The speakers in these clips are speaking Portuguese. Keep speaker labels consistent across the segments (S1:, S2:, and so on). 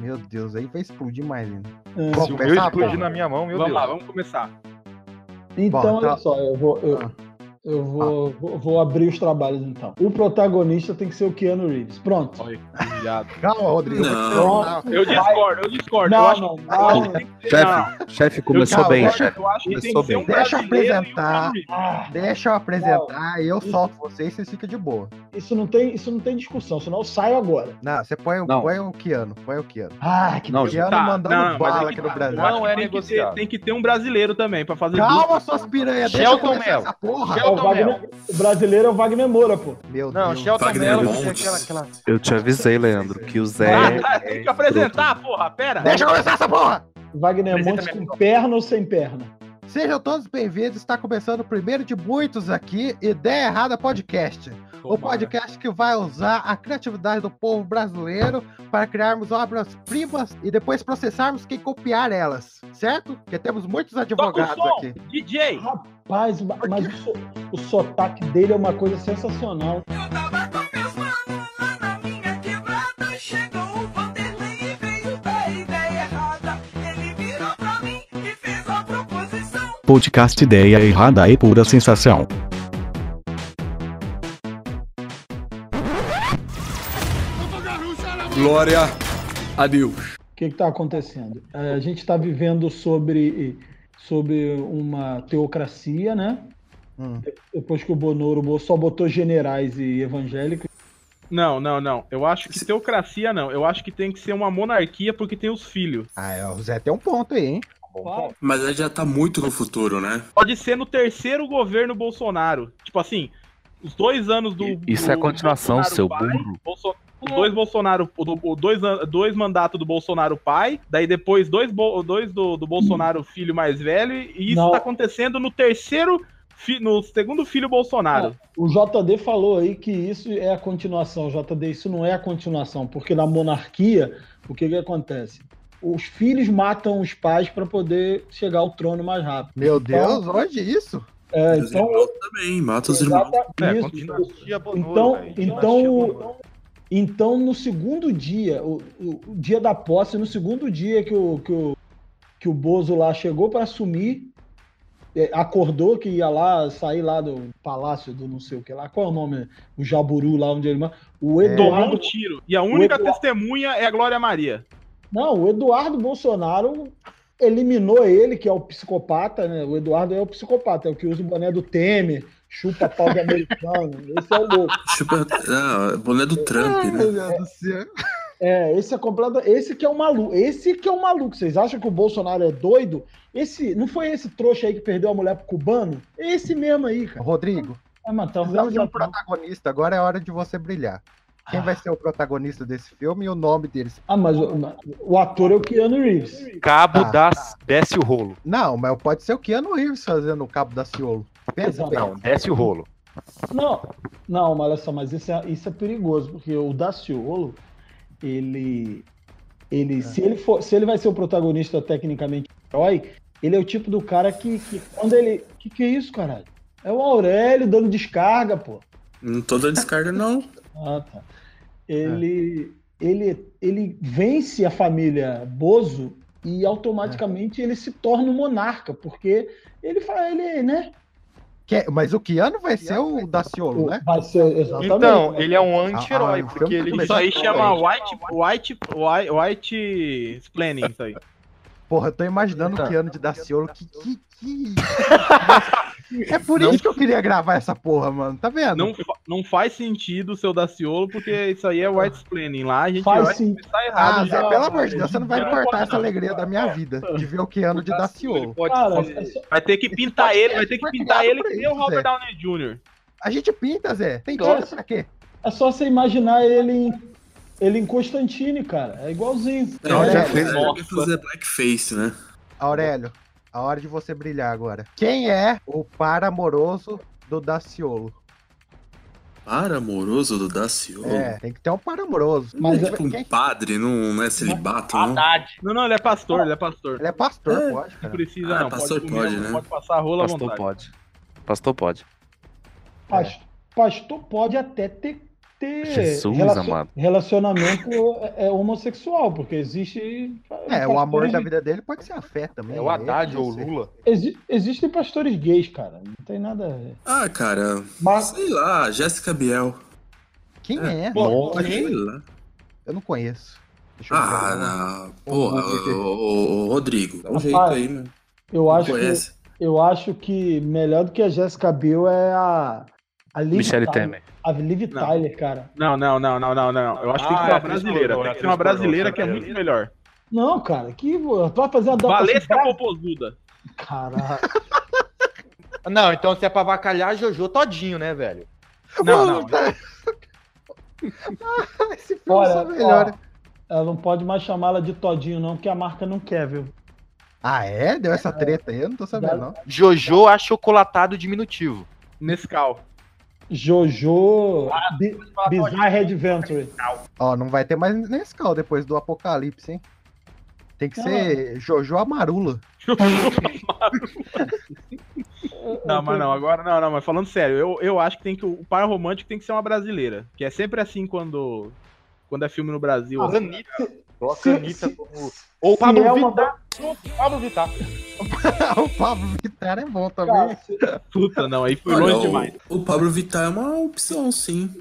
S1: Meu Deus, aí vai explodir mais ainda.
S2: É.
S3: Se o
S1: Começa
S3: meu
S1: a
S3: explodir
S1: porra.
S3: na minha mão, meu
S4: vamos
S3: Deus.
S4: lá, vamos começar.
S1: Bom,
S2: Então,
S1: tá.
S2: olha só, eu vou. Eu...
S1: Ah.
S2: Eu vou, vou, vou abrir os trabalhos então. O protagonista tem que ser o Keanu Reeves. Pronto. Ah,
S4: Olha, que humilhado.
S1: Calma, Rodrigo.
S5: Não.
S4: Eu discordo, eu discordo. eu
S2: Não,
S4: acho
S2: não,
S4: que tá
S2: não.
S4: tem que ser- não.
S6: Chefe, chefe, começou
S1: Calma,
S6: bem,
S1: olha,
S6: chefe.
S4: Eu acho que tem
S6: Começou
S4: que ser um
S6: bem.
S1: Deixa eu
S4: brasileiro e um
S1: apresentar.
S4: Keanu
S2: Ah,
S1: Deixa eu apresentar e eu solto você e vocês ficam de boa.
S2: isso, não tem, isso não tem discussão, senão eu saio agora.
S1: Não, você põe, o-
S6: Não.
S1: põe o Keano, põe o Keano.
S2: Ah, que
S6: Não,
S1: O Keano
S4: Tá,
S1: mandando
S4: não, mas
S1: bala
S4: é que
S1: aqui no
S4: tá,
S1: Brasil.
S4: Eu acho
S3: Não
S4: que
S3: é
S4: tem, que
S3: negociável.
S4: ter, tem que ter um brasileiro também pra fazer
S1: Calma,
S4: duas-
S1: suas piranhas. deixa eu
S3: Shelton
S1: começar
S3: Mello.
S1: essa porra.
S2: o,
S3: Shelton Mello.
S2: Wagner- o brasileiro é o Wagner Moura, pô.
S1: Meu
S3: Não,
S1: Deus.
S3: Shelton
S5: Wagner
S3: Mello tinha
S5: Montes.
S3: aquela, aquela...
S6: Eu te avisei, Leandro, que o Zé.
S4: Ah,
S6: é
S4: tem que apresentar, porra, pera.
S1: Deixa eu começar essa porra.
S2: Wagner
S4: Apresenta
S2: Montes
S4: mesmo.
S2: com perna ou sem perna?
S1: Sejam todos bem-vindos. Está começando o primeiro de muitos aqui, Ideia Errada Podcast. O podcast que vai usar a criatividade do povo brasileiro para criarmos obras primas e depois processarmos quem copiar elas, certo? Porque temos muitos
S4: Toca o
S1: advogados
S4: som,
S1: aqui.
S4: DJ.
S2: Rapaz, ma- mas o, so- o sotaque dele é uma coisa sensacional.
S7: Chegou o Vanderlei e veio da ideia errada. Ele virou pra mim e fez a proposição.
S8: Podcast Ideia Errada é pura sensação.
S5: Glória a Deus.
S2: O que está acontecendo? É, A gente está vivendo sobre, sobre uma teocracia, né?
S1: Hum.
S2: Depois que o Bonoro bo- só botou generais e evangélicos.
S4: Não, não, não. Eu acho que teocracia não. Eu acho que tem que ser uma monarquia porque tem os filhos.
S1: Ah, é, o Zé tem um ponto aí, hein?
S5: Mas ela já tá muito no futuro, né?
S4: Pode ser no terceiro governo Bolsonaro. Tipo assim, os dois anos do.
S6: Isso é a
S4: do
S6: continuação,
S4: Bolsonaro
S6: seu
S4: pai,
S6: burro.
S4: Bolso- os dois Bolsonaro, o do- o dois, an- dois mandatos do Bolsonaro pai, daí depois dois, bo- dois do, do Bolsonaro filho mais velho, e isso
S2: Não.
S4: tá acontecendo no terceiro, fi- no segundo filho Bolsonaro.
S2: O JD falou aí que isso é a continuação. JD, isso não é a continuação, porque na monarquia, o que, que acontece? Os filhos matam os pais para poder chegar ao trono mais rápido.
S1: Meu Deus, onde isso?
S2: É,
S5: os
S2: então,
S5: irmãos também, mata os irmãos.
S2: Exata-
S3: É,
S2: isso.
S4: assim.
S3: continua Bonoro,
S2: Então,
S3: velho. Dinastia Bonoro.
S2: então, então, no segundo dia, o, o- o dia da posse, no segundo dia que o, que o, que o Bozo lá chegou para assumir, é, acordou que ia lá, sair lá do palácio do não sei o que lá, qual é o nome? O Jaburu lá onde ele mora. O
S4: Tomou um
S2: Eduardo.
S4: tiro. E a única
S2: Eduardo-
S4: testemunha é a Glória Maria.
S2: Não, o Eduardo Bolsonaro eliminou ele, que é o psicopata, né? O Eduardo é o psicopata, é o que usa o boné do Temer, chupa pau de americano. Esse é o louco.
S5: Chupa... Ah, boné do Trump, né?
S1: Deus do céu.
S2: É, esse é completo. Esse que é o maluco. Esse que é o maluco. Vocês acham que o Bolsonaro é doido? Esse não foi esse trouxa aí que perdeu a mulher pro cubano? Esse mesmo aí, cara.
S1: Rodrigo,
S2: Vai matar os
S1: precisamos de um protagonista. Agora é hora de você brilhar.
S4: Ah.
S1: Quem vai ser o protagonista desse filme e o nome deles?
S2: Ah, mas o, mas o ator é o Keanu Reeves.
S3: Cabo
S1: Ah.
S3: das... Desce o rolo.
S1: Não, mas pode ser o Keanu Reeves fazendo o Cabo da Ciolo. Pensa,
S2: Exato.
S1: pensa.
S3: Não, desce o rolo.
S2: Não, não, mas olha só, mas isso é, isso é perigoso, porque o Daciolo, ele. ele se, ele for, se ele vai ser o protagonista tecnicamente herói, ele é o tipo do cara que, que quando ele. Que que é isso, caralho? É o Aurélio dando descarga, pô.
S5: Não tô dando descarga, não.
S2: Ah, tá. Ele, ele, ele vence a família Bozo e automaticamente ele se torna um monarca, porque ele fala, ele, né?
S1: Que- mas o Keanu vai ser o Daciolo, né?
S2: Vai ser exatamente.
S3: Então, ele é um anti-herói,
S1: Ah, ah,
S3: porque ele...
S1: então
S4: Isso aí chama white, white, white, white explaining, isso aí.
S1: Porra, eu tô imaginando o
S3: Tá.
S1: Keanu de Daciolo. Que, que, que... é por isso que eu queria gravar essa porra, mano. Tá vendo?
S4: Não, fa- não faz sentido o seu Daciolo, porque isso aí é white explaining. Lá a gente
S2: faz
S4: vai
S2: sim.
S4: começar errado.
S1: Ah,
S4: já.
S1: Zé, pelo amor de Deus, você não vai
S4: Não
S1: me cortar
S4: pode
S1: essa alegria da minha vida de ver o Keanu de
S3: Ele
S1: Daciolo.
S3: pode
S2: Cara,
S3: fazer-
S2: é só-
S4: Vai ter que pintar
S1: podcast
S4: ele, vai ter que
S1: foi
S4: pintar
S1: criado
S4: ele
S1: pra
S4: que nem o
S1: isso, Zé.
S4: Robert Downey Jr.
S1: A gente pinta, Zé. Tem
S2: Claro.
S1: toda pra quê?
S2: é só você imaginar ele em, ele em Constantine, cara. É igualzinho.
S5: Não,
S1: Olha,
S5: já
S1: é,
S5: fez.
S4: nossa.
S5: Quer fazer blackface, né?
S1: Aurélio, a hora de você brilhar agora. Quem é o par amoroso do Daciolo?
S5: Para amoroso do Daciolo.
S1: É, tem que ter um par amoroso.
S2: Mas
S5: tipo um padre, não, não é celibato, não.
S4: Não, não, ele é pastor, ele é pastor.
S1: Ele é pastor,
S5: É.
S1: pode,
S4: Não
S1: cara.
S4: precisa,
S5: Ah,
S4: não.
S5: pastor
S4: pode,
S5: pode, né?
S4: pode passar a rola à
S6: Pastor
S4: vontade.
S6: pode. Pastor pode.
S2: Pastor, pastor pode até ter ter
S6: Jesus
S2: relacion-
S6: amado.
S2: relacionamento é, é homossexual, porque existe.
S1: É, o amor
S2: pastores-
S1: da vida dele pode ser a fé também.
S3: É o Haddad ou o Lula.
S2: exi- existem pastores gays, cara. Não tem nada.
S5: Ah, cara,
S2: Mas
S5: sei lá, Jéssica Biel.
S1: Quem é?
S3: Nossa.
S5: Sei lá.
S1: Eu não conheço. Deixa eu ver.
S5: Ah, não. porra, ô, ô, ô, Rodrigo, dá um jeito
S2: Rapaz,
S5: aí, mano.
S2: eu
S5: Não
S2: acho, que,
S5: conhece?
S2: eu acho que melhor do que a Jessica Biel é a. A Liv
S6: Michelle
S2: Tyler.
S6: Temer.
S2: A Liv
S4: Não.
S2: Tyler, cara.
S4: Não, não, não, não, não, não. Eu acho que tem que
S3: Ah,
S4: ser uma
S3: é, atriz
S4: brasileira. Tem que ser
S3: pornô,
S4: uma brasileira
S3: atriz
S4: que é
S3: pornô.
S4: muito melhor.
S2: Não, cara, que. Tu vai fazer uma
S4: Valesca
S2: pra...
S4: Popozuda.
S2: Caraca.
S9: Não, então você é pra avacalhar a Jojo todinho, né, velho?
S4: Não, não.
S1: Puta! Ah, Esse filme
S2: Olha,
S1: só melhora.
S2: ó, ela não pode mais chamá-la de Todinho, não, porque a marca não quer, viu?
S1: Ah, é? Deu essa treta aí? Eu não tô sabendo, não.
S9: Jojo achocolatado diminutivo.
S4: Nescau.
S2: Jojo Bi- Bizarre Adventure.
S1: Ó, não vai ter mais Nescau depois do apocalipse, hein? Tem que
S2: Não.
S1: ser Jojo Amarula.
S4: Não, mas não, agora não, não, mas falando sério, eu, eu acho que tem que. O par romântico tem que ser uma brasileira. Que é sempre assim quando. Quando é filme no Brasil. assim.
S3: Anitta. Coloca
S2: Se-
S3: a Anitta
S2: se-
S3: como.
S2: se-
S3: Ou o Pablo
S2: é uma-
S3: Vittar. O Pablo Vittar.
S1: o Pablo Vittar é bom também.
S2: Cara, se-
S4: Puta, não, aí foi
S5: Olha,
S4: longe
S5: o-
S4: demais.
S5: O Pablo Vittar é uma opção, sim.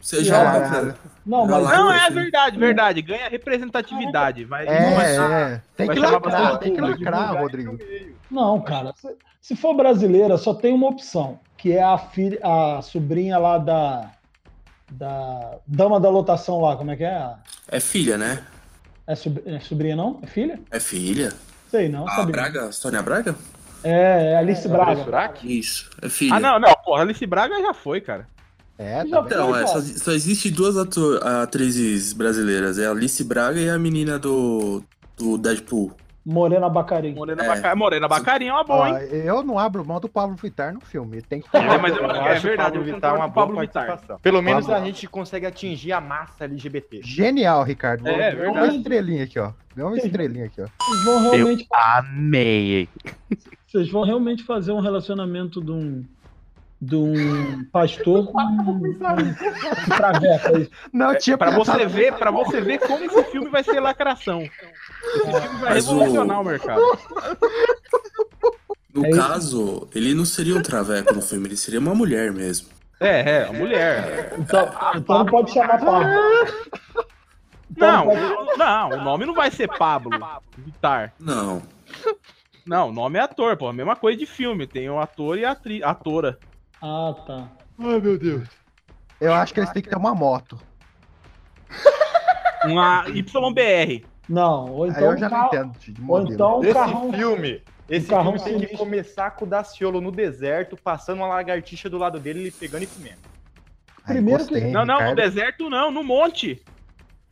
S5: Você já
S2: Caralho.
S5: cara.
S2: Não, mas
S5: Vai lá.
S4: Não, é
S5: assim.
S4: verdade, verdade. Ganha representatividade. Vai, não, mas-
S1: É, é. Tem
S4: vai
S1: que
S4: chamar
S1: lacrar,
S4: bastante
S1: tem que
S4: público, né?
S1: lacrar, Rodrigo.
S2: não, cara. Se, se for brasileira, só tem uma opção, que é a filha, a sobrinha lá da da dama da lotação lá, como é que é?
S5: É filha, né?
S2: É, sob- é sobrinha não? É filha?
S5: É filha.
S2: Sei não,
S5: A
S2: sabia.
S5: Ah, Braga? Sônia Braga?
S2: É, é Alice
S3: Braga.
S2: Braga.
S5: Isso, é filha.
S4: Ah, não, não, porra, Alice Braga já foi, cara.
S1: É,
S2: Já
S1: tá bem.
S5: Então, é, só, só existe duas atu- atrizes brasileiras, é a Alice Braga e a menina do, do Deadpool.
S2: Morena Bacarim.
S4: Morena,
S5: É.
S4: Baca... Morena Bacarinha é uma boa,
S1: Ó,
S4: hein?
S1: eu não abro mão do Pablo Vittar no filme. Tem que
S4: É, mas eu, é
S3: acho o
S4: verdade,
S3: Pablo
S4: eu
S3: Vittar
S4: concordo
S3: uma
S4: com o Pablo
S3: boa
S4: Vittar.
S3: participação.
S9: Pelo menos
S1: Vamos
S9: a gente consegue atingir a massa LGBT.
S1: Genial, Ricardo.
S4: É,
S1: Deu uma
S4: verdade.
S1: estrelinha aqui, ó. Deu uma estrelinha aqui, ó.
S2: Vocês vão realmente,
S6: Amei.
S2: vocês vão realmente fazer um relacionamento de um de um pastor com um, um traveca, isso.
S1: Não tinha
S4: É, Pra você
S1: pensado-
S4: ver, para você ver como esse filme vai ser lacração. Esse filme vai
S5: Mas o-
S4: revolucionar o mercado.
S5: No
S2: É isso.
S5: caso, ele não seria um traveco no filme, ele seria uma mulher mesmo.
S4: É, é, a mulher.
S2: Então, então não pode chamar Pablo.
S4: Não, não, o nome não vai ser Pablo Vittar.
S5: Não.
S4: Não, o nome é ator, pô, a mesma coisa de filme, tem o ator e a atri... atora.
S2: Ah, tá.
S1: Eu acho que eles têm que ter uma moto.
S4: Uma YBR.
S2: Não, ou
S1: Aí
S2: então,
S1: eu já não
S2: ca-
S1: entendo de
S2: ou
S1: modelo.
S2: então um
S9: Esse
S2: carrão.
S9: filme, esse
S2: um carrão
S9: filme tem que
S2: sinistro.
S9: começar com o Daciolo no deserto, passando uma lagartixa do lado dele, ele pegando e comendo.
S1: Aí
S2: primeiro
S1: gostei,
S2: que-
S1: hein,
S4: Não, não, no
S1: Ricardo.
S4: deserto não, no monte.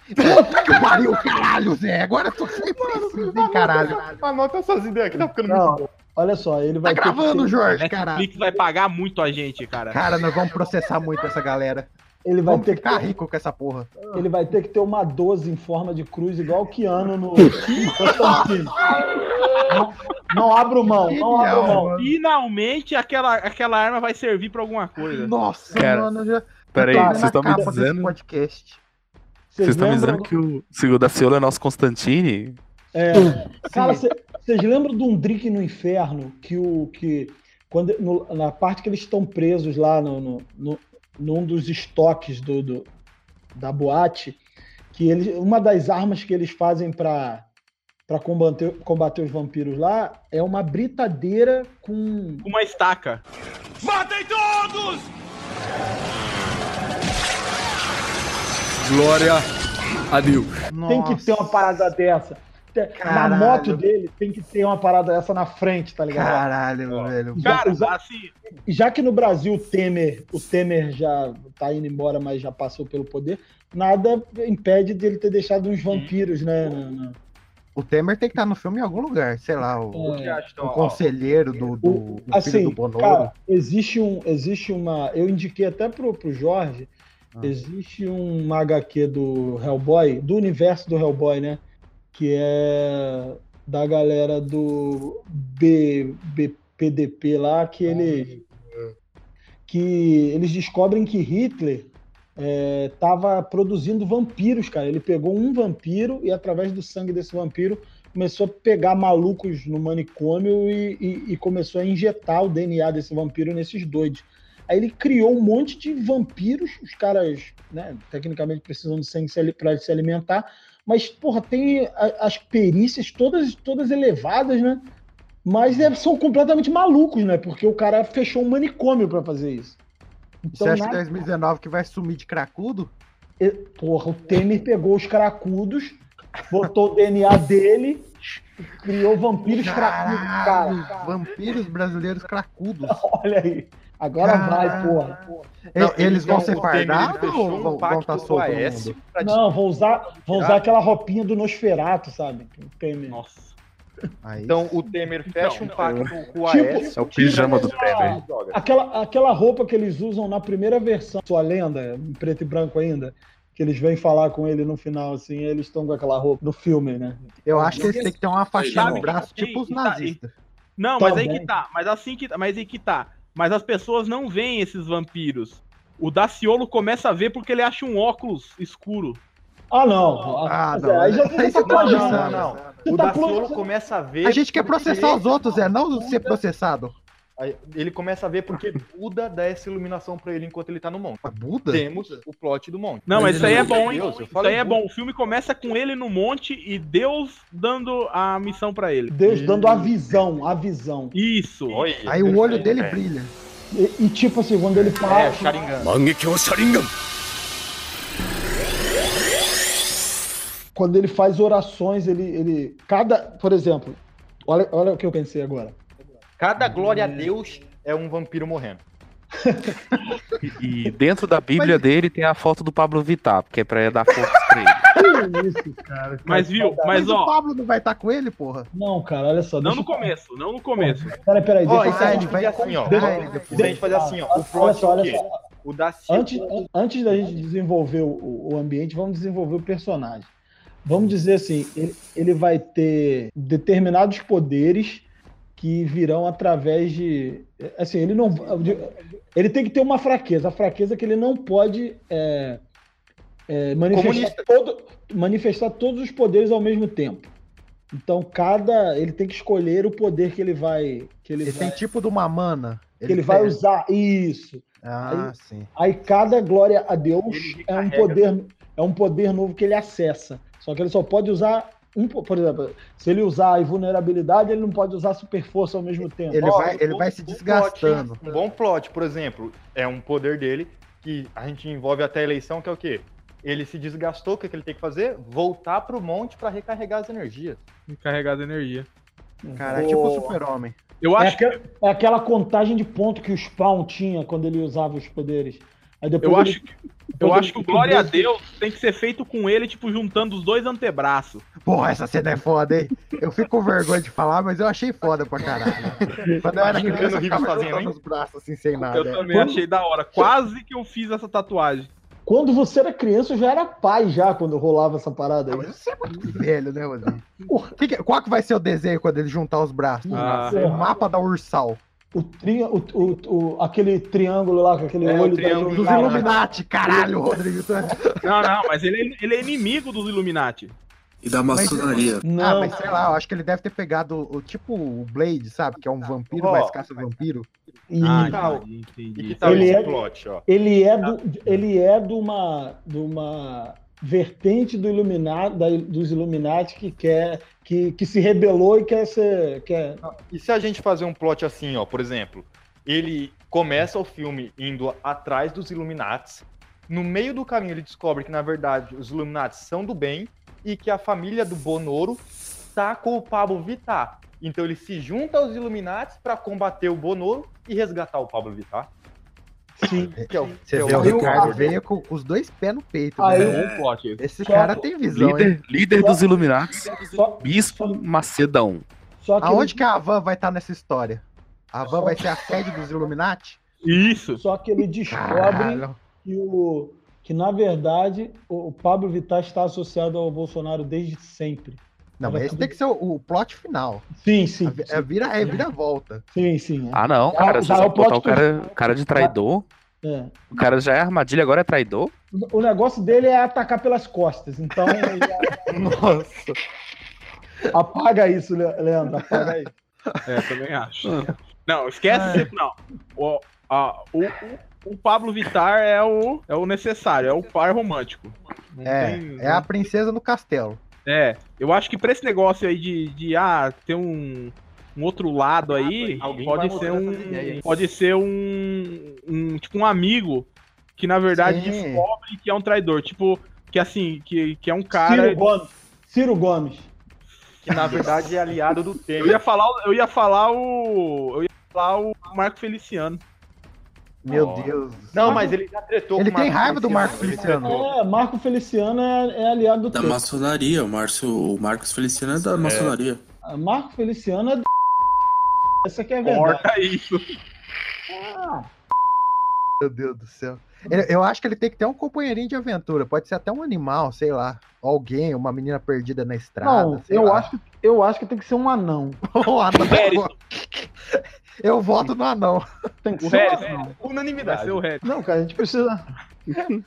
S1: Puta que pariu, caralho, Zé. Agora eu tô sem
S2: tá
S1: preciso, hein, caralho.
S3: Anota essas ideias aqui, tá ficando muito
S2: Não, olha só, ele
S1: Tá
S2: vai. ter que
S1: gravando,
S2: ter-
S1: Jorge, caralho.
S4: Netflix vai pagar muito a gente, cara.
S1: Cara, nós vamos processar muito essa galera.
S2: ele, vai
S1: Vamos
S2: ter que
S1: ficar
S2: ter,
S1: rico com essa porra.
S2: ele vai ter que ter uma 12 em forma de cruz, igual o Keanu no. não, não abro mão, não abro
S1: Genial,
S2: mão.
S1: mano.
S4: Finalmente aquela, aquela arma vai servir pra alguma coisa.
S1: Nossa,
S6: Cara,
S1: mano, já
S6: Peraí,
S1: tá
S6: vocês
S1: na
S6: estão me
S1: capa desse
S6: dizendo.
S1: podcast.
S6: Vocês estão me
S2: lembram
S6: dizendo que o Senhor da Ciola é nosso Constantine?
S2: É. Cara,
S1: Sim.
S2: vocês lembram de um drink no inferno que o que quando no- na parte que eles estão presos lá no, no, no- num dos estoques do, do- da boate, que eles uma das armas que eles fazem para para combater, combater os vampiros lá é uma britadeira com
S4: Uma estaca.
S7: Matem todos!
S2: tem que ter uma parada dessa. Tem- Na
S1: Caralho.
S2: moto dele tem que ter uma parada dessa na frente, tá ligado?
S1: Caralho, velho.
S4: Cara,
S2: Usar-
S4: assim,
S2: já que no Brasil o Temer, o Temer já tá indo embora, mas já passou pelo poder, nada impede dele ter deixado uns vampiros, né? na- na-
S1: O Temer tem que estar no filme em algum lugar. Sei lá, o,
S2: é,
S1: o conselheiro do, do,
S2: O-
S1: do filho do
S2: assim,
S1: Bonoro.
S2: cara, existe um, existe uma, eu indiquei até pro, pro Jorge, existe uma HQ do Hellboy, do universo do Hellboy, né? Que é da galera do B, B- PDP lá, que eles, que eles descobrem que Hitler é, tava produzindo vampiros, cara. Ele pegou um vampiro e, através do sangue desse vampiro, começou a pegar malucos no manicômio e, e- e começou a injetar o DNA desse vampiro nesses doidos. Aí ele criou um monte de vampiros, os caras, né, tecnicamente precisam de sangue se ali- pra se alimentar, mas, porra, tem a- as perícias todas, todas elevadas, né? Mas é- são completamente malucos, né? Porque o cara fechou um manicômio pra fazer isso. Então,
S1: Você acha que
S2: nada-
S1: 2019 que vai sumir de cracudo?
S2: e- Porra, o Temer pegou os cracudos, botou o DNA dele, criou vampiros cracudos,
S1: Caralho,
S2: cara.
S1: vampiros brasileiros cracudos.
S2: Olha aí. Agora vai,
S1: Caralho.
S2: porra.
S1: E- eles vão ser
S9: o Temer, ele
S1: fardados
S9: fechou
S1: ou
S9: um
S1: vão- tá vão
S9: pacto
S1: estar
S9: com o AS
S1: soltos?
S9: pra
S2: Não, vou usar, vou usar aquela roupinha do Nosferato, sabe? O Temer.
S4: Nossa.
S9: Então o Temer fecha um pacto com
S2: Tipo-
S9: o AS.
S6: É o pijama do
S2: Ah,
S6: Temer.
S2: Aquela, aquela roupa que eles usam na primeira versão, sua lenda, em preto e branco ainda, que eles vêm falar com ele no final, assim, eles estão com aquela roupa no filme, né?
S1: Eu acho que eles têm que ter uma faixinha
S5: Sabe
S1: no
S5: que
S1: braço,
S4: tem-
S1: tipo os
S4: e tá- e-
S1: nazistas.
S4: Não,
S2: Tá
S4: mas aí
S2: bem.
S4: que tá. Mas assim que Mas aí que tá. Mas as pessoas não veem esses vampiros. O Daciolo começa a ver porque ele acha um óculos escuro.
S2: Ah, não.
S1: Ah,
S9: é,
S2: Mas
S1: não.
S2: aí já fica
S1: Aí você tá
S9: Não,
S2: sacanagem,
S9: não,
S2: né?
S9: não,
S1: pensando.
S9: não.
S2: Você
S9: O
S2: tá
S9: Daciolo
S2: pro-
S9: começa a ver.
S1: A gente quer
S9: porque
S1: processar os outros, é não ser processado.
S9: Aí Ele começa a ver porque Buda dá essa iluminação pra ele enquanto ele tá no monte.
S1: Mas Buda?
S9: Temos o plot do monte.
S4: Não, mas isso aí é bom, hein?
S9: Deus, eu
S4: isso
S9: falei
S4: aí é
S9: Buda.
S4: bom. O filme começa com ele no monte e Deus dando a missão pra ele.
S2: Deus dando a visão, a visão.
S4: Isso.
S9: Olha,
S1: Aí o olho dele brilha.
S2: E, e, tipo assim, quando ele
S9: É,
S2: passa.
S9: Sharingan.
S2: quando ele faz orações, ele, ele. Cada. Por exemplo, olha, olha o que eu pensei agora.
S9: Cada glória a Deus é um vampiro morrendo.
S6: E, e dentro da Bíblia dele tem a foto do Pablo Vittar, porque é pra dar força pra ele.
S2: Que isso, cara?
S4: Mas viu,
S1: Mas,
S4: mas
S1: o
S4: ó,
S1: Pablo não vai estar com ele, porra?
S2: Não, cara, olha só.
S4: não
S2: deixa
S4: no
S2: eu-
S4: começo, não no começo.
S2: Peraí, peraí.
S9: Ó,
S2: deixa eu
S9: isso aí
S2: falar.
S9: a gente vai assim, ó.
S1: Deixa-
S9: Ó,
S1: depois.
S9: Se a gente fazer assim, ó. O
S2: Olha
S9: plot
S2: só,
S9: é o
S2: olha
S9: quê?
S2: só.
S9: O Daciolo.
S2: Antes, antes da gente desenvolver o, o ambiente, vamos desenvolver o personagem. Vamos dizer assim, ele, ele vai ter determinados poderes que virão através de. Assim, ele não. de- Ele tem que ter uma fraqueza. A fraqueza é que ele não pode é, é, manifestar,
S9: Comunista.
S2: todo- manifestar todos os poderes ao mesmo tempo. Então, cada. Ele tem que escolher o poder que ele vai. Que ele,
S1: Ele
S2: vai,
S1: tem tipo de uma mana.
S2: que ele vai
S1: tem- né?
S2: usar. Isso.
S1: Ah, sim.
S2: Aí cada glória a Deus
S9: Ele
S2: é um
S9: recarrega.
S2: poder é um poder novo que ele acessa. Só que ele só pode usar um, po- por exemplo, se ele usar a invulnerabilidade, ele não pode usar super força ao mesmo tempo.
S1: Ele
S9: Ó,
S1: vai, ele
S9: bom-
S1: vai se
S9: bom plot,
S1: desgastando.
S9: hein? um bom plot, por exemplo, é um poder dele que a gente envolve até a eleição, que é o quê? Ele se desgastou, o que, é que ele tem que fazer? Voltar pro monte pra recarregar as energias.
S4: Carregado de energia.
S1: Cara, é tipo o super-homem.
S4: Eu
S2: É
S4: acho
S2: aquela, é aquela contagem de ponto que o Spawn tinha quando ele usava os poderes. Aí depois
S4: Eu
S2: ele-
S4: acho, que- eu
S2: depois
S4: acho que o
S2: ele-
S4: Glória a Deus tem que ser feito com ele, tipo, juntando os dois antebraços.
S1: Porra, essa cena é foda, hein? Eu fico com vergonha de falar, mas eu achei foda pra caralho. Quando eu era
S9: Imagina
S1: criança, eu
S9: o Rives
S1: ficava
S9: fazendo,
S1: soltando
S9: hein?
S1: os braços assim, sem nada.
S4: Eu também
S2: Quando-
S4: achei da hora. Quase que eu fiz essa tatuagem.
S2: Quando você era criança, eu já era pai já quando rolava essa parada.
S1: Ah,
S2: aí.
S1: mas você é muito velho, né, Rodrigo? Que que- qual que vai ser o desenho quando ele juntar os braços?
S4: Ah,
S1: o mapa da Ursal.
S2: O, tri- o- o- o- aquele triângulo lá com aquele
S9: É, o
S2: olho
S9: triângulo
S1: Dos
S9: Caralho.
S1: Illuminati, caralho, Rodrigo. tu é-
S4: Não, não, mas ele, é- ele é inimigo dos Illuminati.
S5: E da maçonaria.
S2: Não,
S1: Ah, mas sei lá, eu acho que ele deve ter pegado o tipo o Blade, sabe? Que é um vampiro,
S9: Ó.
S1: mas caça vampiro.
S2: e-
S9: tal?
S4: Ah, entendi,
S9: E
S4: entendi.
S9: que tal
S2: Ele
S9: esse
S2: é-
S9: plot, ó?
S2: ele é do, ele é de uma, de uma vertente do Illuminati, da- dos Illuminati que quer que, que se rebelou e quer ser quer
S9: E se a gente fazer um plot assim, ó, por exemplo, ele começa o filme indo atrás dos Illuminati, no meio do caminho ele descobre que, na verdade, os Illuminati são do bem e que a família do Bonoro tá com o Pablo Vittar. Então ele se junta aos Illuminati pra combater o Bonoro e resgatar o Pablo Vittar.
S2: sim.
S9: Que é o, que
S1: Você
S9: é
S1: vê o
S2: eu-
S1: Ricardo
S2: eu-
S1: veio com os dois pés no peito.
S2: Aí-
S1: né?
S4: Bom plot esse.
S1: Esse cara tem visão, hein?
S6: Líder, líder dos Illuminati,
S2: Só,
S6: Bispo Macedão.
S2: só que
S1: Aonde
S2: ele,
S1: que a Havan vai estar nessa história? A Havan vai ser a sede dos Illuminati?
S4: Isso.
S2: só que ele descobre
S1: é? Caralho.
S2: que o que na verdade o o Pablo Vittar está associado ao Bolsonaro desde sempre.
S1: Não, mas esse tem que ser o, o plot final.
S2: Sim, sim.
S1: É vira, é vira volta.
S2: Sim, sim.
S6: Ah, não,
S2: Ah,
S6: cara, vocês
S2: tá,
S6: vão
S2: o plot
S6: botar o cara, cara de traidor.
S2: É.
S6: O cara já é armadilha, agora é traidor?
S2: O negócio dele é atacar pelas costas, então. ele-
S9: Nossa.
S2: apaga isso, Le- Leandro, apaga isso.
S4: É, também acho. Não, esquece. Não. O, a- o, o, o Pablo Vittar é o, é o necessário, é o par romântico. Não tem-
S1: É, é a princesa no castelo.
S4: É, eu acho que pra esse negócio aí de, de ah, ter um, um outro lado aí,
S3: Ah, Alguém vai
S4: pode ser
S3: mudando
S4: um.
S3: essas ideias, hein?
S4: pode ser um, um. Tipo, um amigo que na verdade
S1: Sim.
S4: descobre que é um traidor. Tipo, que assim, que, que é um
S2: Ciro
S4: cara.
S2: Gomes. Ciro Gomes.
S9: Que na verdade é aliado do
S4: Eu
S9: Temer.
S4: ia falar, o- eu ia falar o. Eu ia falar o Marco Feliciano.
S1: Meu
S9: Ó.
S1: Deus.
S9: Não, mas ele já tretou
S1: Ele
S9: o
S1: tem
S9: Marco
S1: raiva do Marco
S9: Feliciano.
S1: Feliciano.
S2: É, Marco Feliciano é, é aliado do
S5: Da
S2: Temer.
S5: maçonaria, o, Márcio, o Marcos Feliciano é da maçonaria.
S2: Ah, Marco Feliciano é do. Essa que é a verdade.
S4: Corta isso.
S1: Meu Deus do céu. Ele- eu acho que ele tem que ter um companheirinho de aventura. Pode ser até um animal, sei lá. Alguém, uma menina perdida na estrada.
S2: Não,
S1: sei
S2: eu
S1: lá.
S2: acho, que- eu acho que tem que ser um anão.
S1: Um anão. Eu voto no anão.
S2: Tem que
S4: O
S2: ser
S4: Harris,
S2: um anão.
S4: Vai
S9: Unanimidade.
S4: ser o resto.
S2: Não, cara, a gente precisa.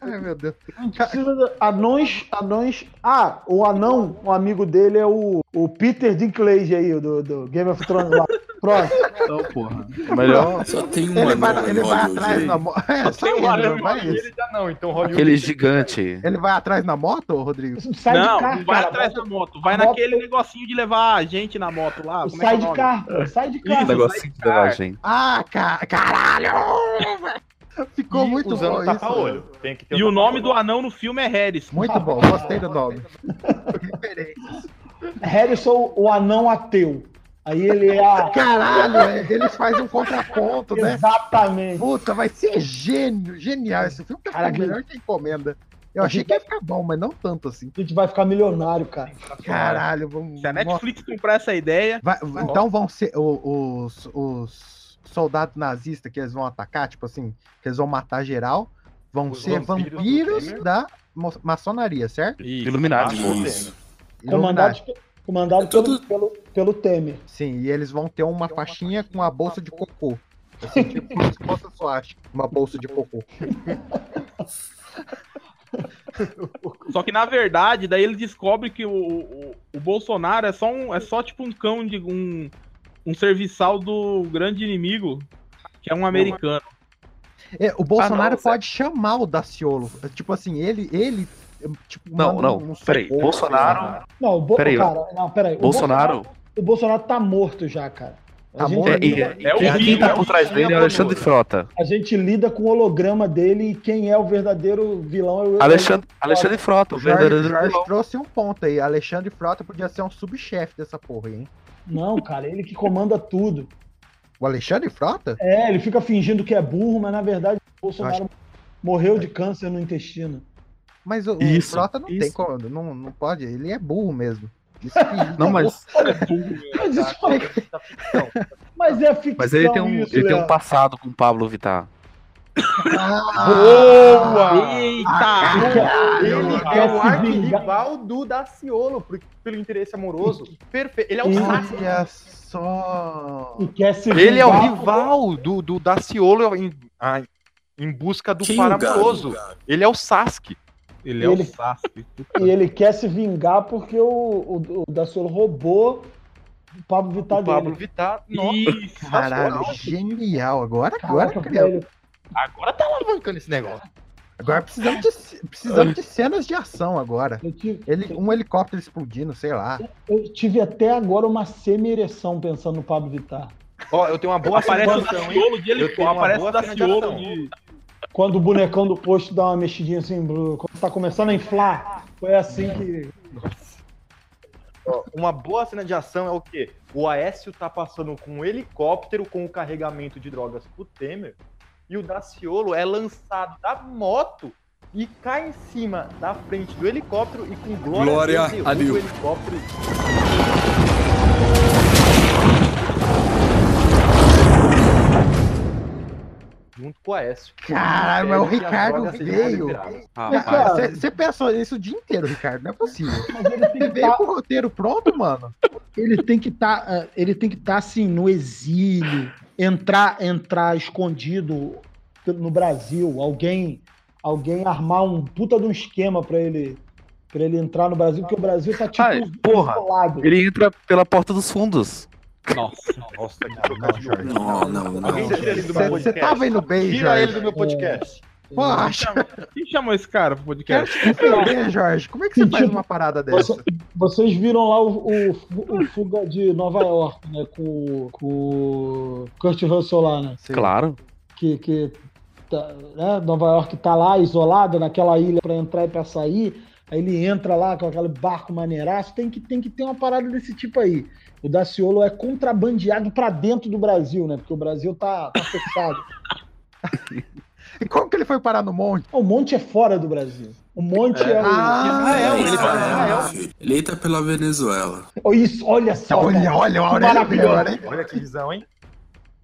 S1: Ai, meu Deus.
S2: A gente precisa de anões, anões. Ah, o anão, um amigo dele é o, o Peter Dinklage aí, do, do Game of Thrones lá. Próximo.
S6: Melhor.
S5: Só tem um
S1: Ele vai,
S5: anão
S1: ele
S5: em
S1: vai
S5: Hollywood
S1: atrás
S5: aí.
S1: na moto. É, só
S9: Tem
S1: ele,
S9: um anão
S1: não
S9: em
S1: vai
S9: Hollywood,
S1: isso.
S9: ele já não, então Hollywood.
S6: Aquele gigante.
S1: Ele vai atrás na moto, ô, Rodrigo?
S2: Sai
S4: não,
S2: de carro,
S4: não vai
S2: cara.
S4: atrás da moto. Vai
S2: a moto-
S4: naquele negocinho de levar a gente na moto lá. Como é que é
S2: Sai
S4: o
S2: de
S4: nome?
S2: carro, pô, sai de
S6: Um
S2: carro.
S6: negocinho de garagem.
S1: Ah, ca- caralho! Ficou
S9: E
S1: muito
S9: usando
S1: bom
S9: o
S1: isso.
S9: tapa-olho. Tem que ter
S4: E o nome do
S9: tapa-olho.
S4: anão no filme é Harris.
S1: Muito bom, gostei do nome.
S2: Harrison, o anão ateu. Aí ele é a...
S1: Caralho, ele faz um contraponto, né?
S2: Exatamente.
S1: Puta, vai ser gênio, genial esse filme. Cara,
S2: Caraca.
S1: melhor que encomenda. Eu achei que ia ficar bom, mas não tanto assim.
S2: A gente vai ficar milionário, cara.
S9: Tá
S1: Caralho, vamos.
S4: Se a Netflix comprar essa ideia,
S1: Vai- vai- então vão ser o- os, os soldados nazistas que eles vão atacar, tipo assim, que eles vão matar geral, vão
S9: Os
S1: ser
S9: vampiros do
S1: vampiros
S9: Temer.
S1: da mo- maçonaria, certo?
S6: Iluminado.
S9: Ah, né?
S5: Isso.
S1: Iluminati.
S2: Comandado, comandado pelo, pelo, pelo Temer.
S1: Sim, e eles vão ter uma faixinha com a bolsa de cocô. Assim, tipo como se fosse a suástica, uma bolsa de cocô.
S4: Só que na verdade, daí ele descobre que o, o, o Bolsonaro é só um, é só tipo um cão de um, um serviçal do grande inimigo, que é um americano.
S1: É, o Bolsonaro
S6: Ah, não, Zé.
S1: pode chamar o Daciolo. É, Tipo assim, ele. ele é, tipo,
S6: Não,
S1: manda
S6: não, peraí,
S1: socorro,
S6: Bolsonaro-
S1: sei lá.
S2: Não, o Bo...
S6: Peraí,
S2: cara, não, peraí. O
S6: Bolsonaro.
S2: O Bolsonaro tá morto já, cara. A,
S1: Tá
S2: gente,
S1: morto?
S6: É, e-
S2: Lida,
S4: É o
S6: Quem, quem
S4: Rio,
S6: tá por trás dele é o Alexandre Frota.
S2: a gente lida com o holograma dele e quem é o verdadeiro vilão é o
S6: Alexandre, Alexandre Frota, o
S1: O Jorge,
S6: verdadeiro
S1: Jorge
S6: vilão.
S1: trouxe um ponto aí. Alexandre Frota podia ser um subchefe dessa porra aí, hein?
S2: Não, cara, ele que comanda tudo.
S1: O Alexandre Frota?
S2: É, ele fica fingindo que é burro, mas na verdade o Bolsonaro morreu de câncer no intestino.
S1: Mas o, o
S6: Isso,
S1: Frota não tem
S6: isso.
S1: como. Não, não pode. Ele é burro mesmo. Isso que-
S6: Não, mas,
S2: Mas, isso foi...
S4: tá
S2: mas é ficção.
S6: mas ele, tem um,
S2: isso,
S6: ele tem um
S2: Léo.
S6: passado com o Pablo Vittar.
S1: Ah,
S9: Ah,
S4: Eita!
S9: Ele
S2: Ah,
S9: é
S2: se
S9: o arquirrival
S2: vingar.
S9: do Daciolo por- pelo interesse amoroso. Perfeito. Ele é o
S2: Ih.
S9: Sassi.
S1: Olha só.
S2: E quer se
S9: Ele é o
S2: vingar-
S9: rival do, do Daciolo em, ah, em busca do
S5: Quem
S9: par
S5: o Galo?
S9: amoroso. Ele é o Sasuke.
S4: Ele é o
S2: Ele-
S4: Sasuke.
S2: E ele quer se vingar porque o, o, o Daciolo roubou o Pablo Vittar
S9: O
S2: dele.
S9: Pablo Vittar. Nossa,
S4: Isso.
S1: Caralho,
S9: Nossa,
S1: genial. Agora, agora,
S2: Caraca,
S1: criou.
S2: velho.
S9: agora tá alavancando esse negócio.
S1: agora precisamos, de, ce- precisamos de cenas de ação agora.
S2: Eu tive,
S1: Ele, um helicóptero explodindo, sei lá.
S2: eu tive até agora uma semi-ereção pensando no Pablo Vittar.
S9: Ó, eu tenho uma boa
S4: Aparece o
S9: sensação, hein?
S4: Daciolo de
S9: Eu tenho
S4: helicóptero.
S9: uma
S4: Aparece
S9: boa
S4: o Daciolo
S9: finalização.
S4: de.
S2: Quando o bonecão do posto dá uma mexidinha assim, Bruno, quando tá começando a inflar, foi assim que.
S9: Ó, Uma boa cena de ação é o quê? O Aécio tá passando com um helicóptero com o carregamento de drogas pro Temer e o Daciolo é lançado da moto e cai em cima da frente do helicóptero e com glória,
S5: Glória
S9: a Deus, derruba
S5: a Deus.
S9: o helicóptero. Junto com o Aécio.
S1: Caralho, mas o
S9: Pede que as
S1: Ricardo
S9: drogas sejam
S1: veio.
S9: liberadas.
S6: Rapaz,
S2: Cara,
S1: Você pensou nisso o dia inteiro, Ricardo. Não é possível.
S2: Mas ele tem
S1: Você
S2: que tá-
S1: veio com o roteiro pronto, mano.
S2: ele tem que tá, eh, ele tem que estar assim no exílio, entrar entrar escondido no Brasil, alguém alguém armar um puta de um esquema pra ele para ele entrar no Brasil, porque o Brasil tá tipo
S6: Ah, porra.
S2: isolado.
S6: Ele entra pela porta dos fundos.
S4: Nossa.
S3: Nossa, que trocadilho.
S5: Não, não, não.
S9: Alguém tira ele do meu
S1: Você
S9: podcast.
S1: tava indo bem,
S9: Tira ele
S1: Jorge.
S9: do meu podcast.
S1: Porra,
S4: Quem chamou- Quem chamou esse cara pro
S1: quero
S4: podcast?
S1: te defender, Jorge. Como é que você faz uma parada dessa?
S2: Vocês viram lá o, o- o Fuga de Nova York, né? Com, com o Kurt Russell lá, né?
S1: Sim.
S6: Claro.
S2: que, que tá, né, Nova York tá lá isolada naquela ilha para entrar e para sair. Aí ele entra lá com aquele barco maneiraço. Tem que, tem que ter uma parada desse tipo aí. O Daciolo é contrabandeado para dentro do Brasil, né? Porque o Brasil tá, tá fechado.
S1: E como que ele foi parar no monte?
S2: o monte é fora do Brasil. O monte é.
S1: Ah,
S9: ele tá em Israel.
S5: filho. Ele tá pela Venezuela.
S2: o... Isso, olha só.
S1: Olha,
S2: cara.
S1: olha, o Aurélio é
S2: Maravilhoso.
S1: pior, hein?
S9: Olha que visão, hein?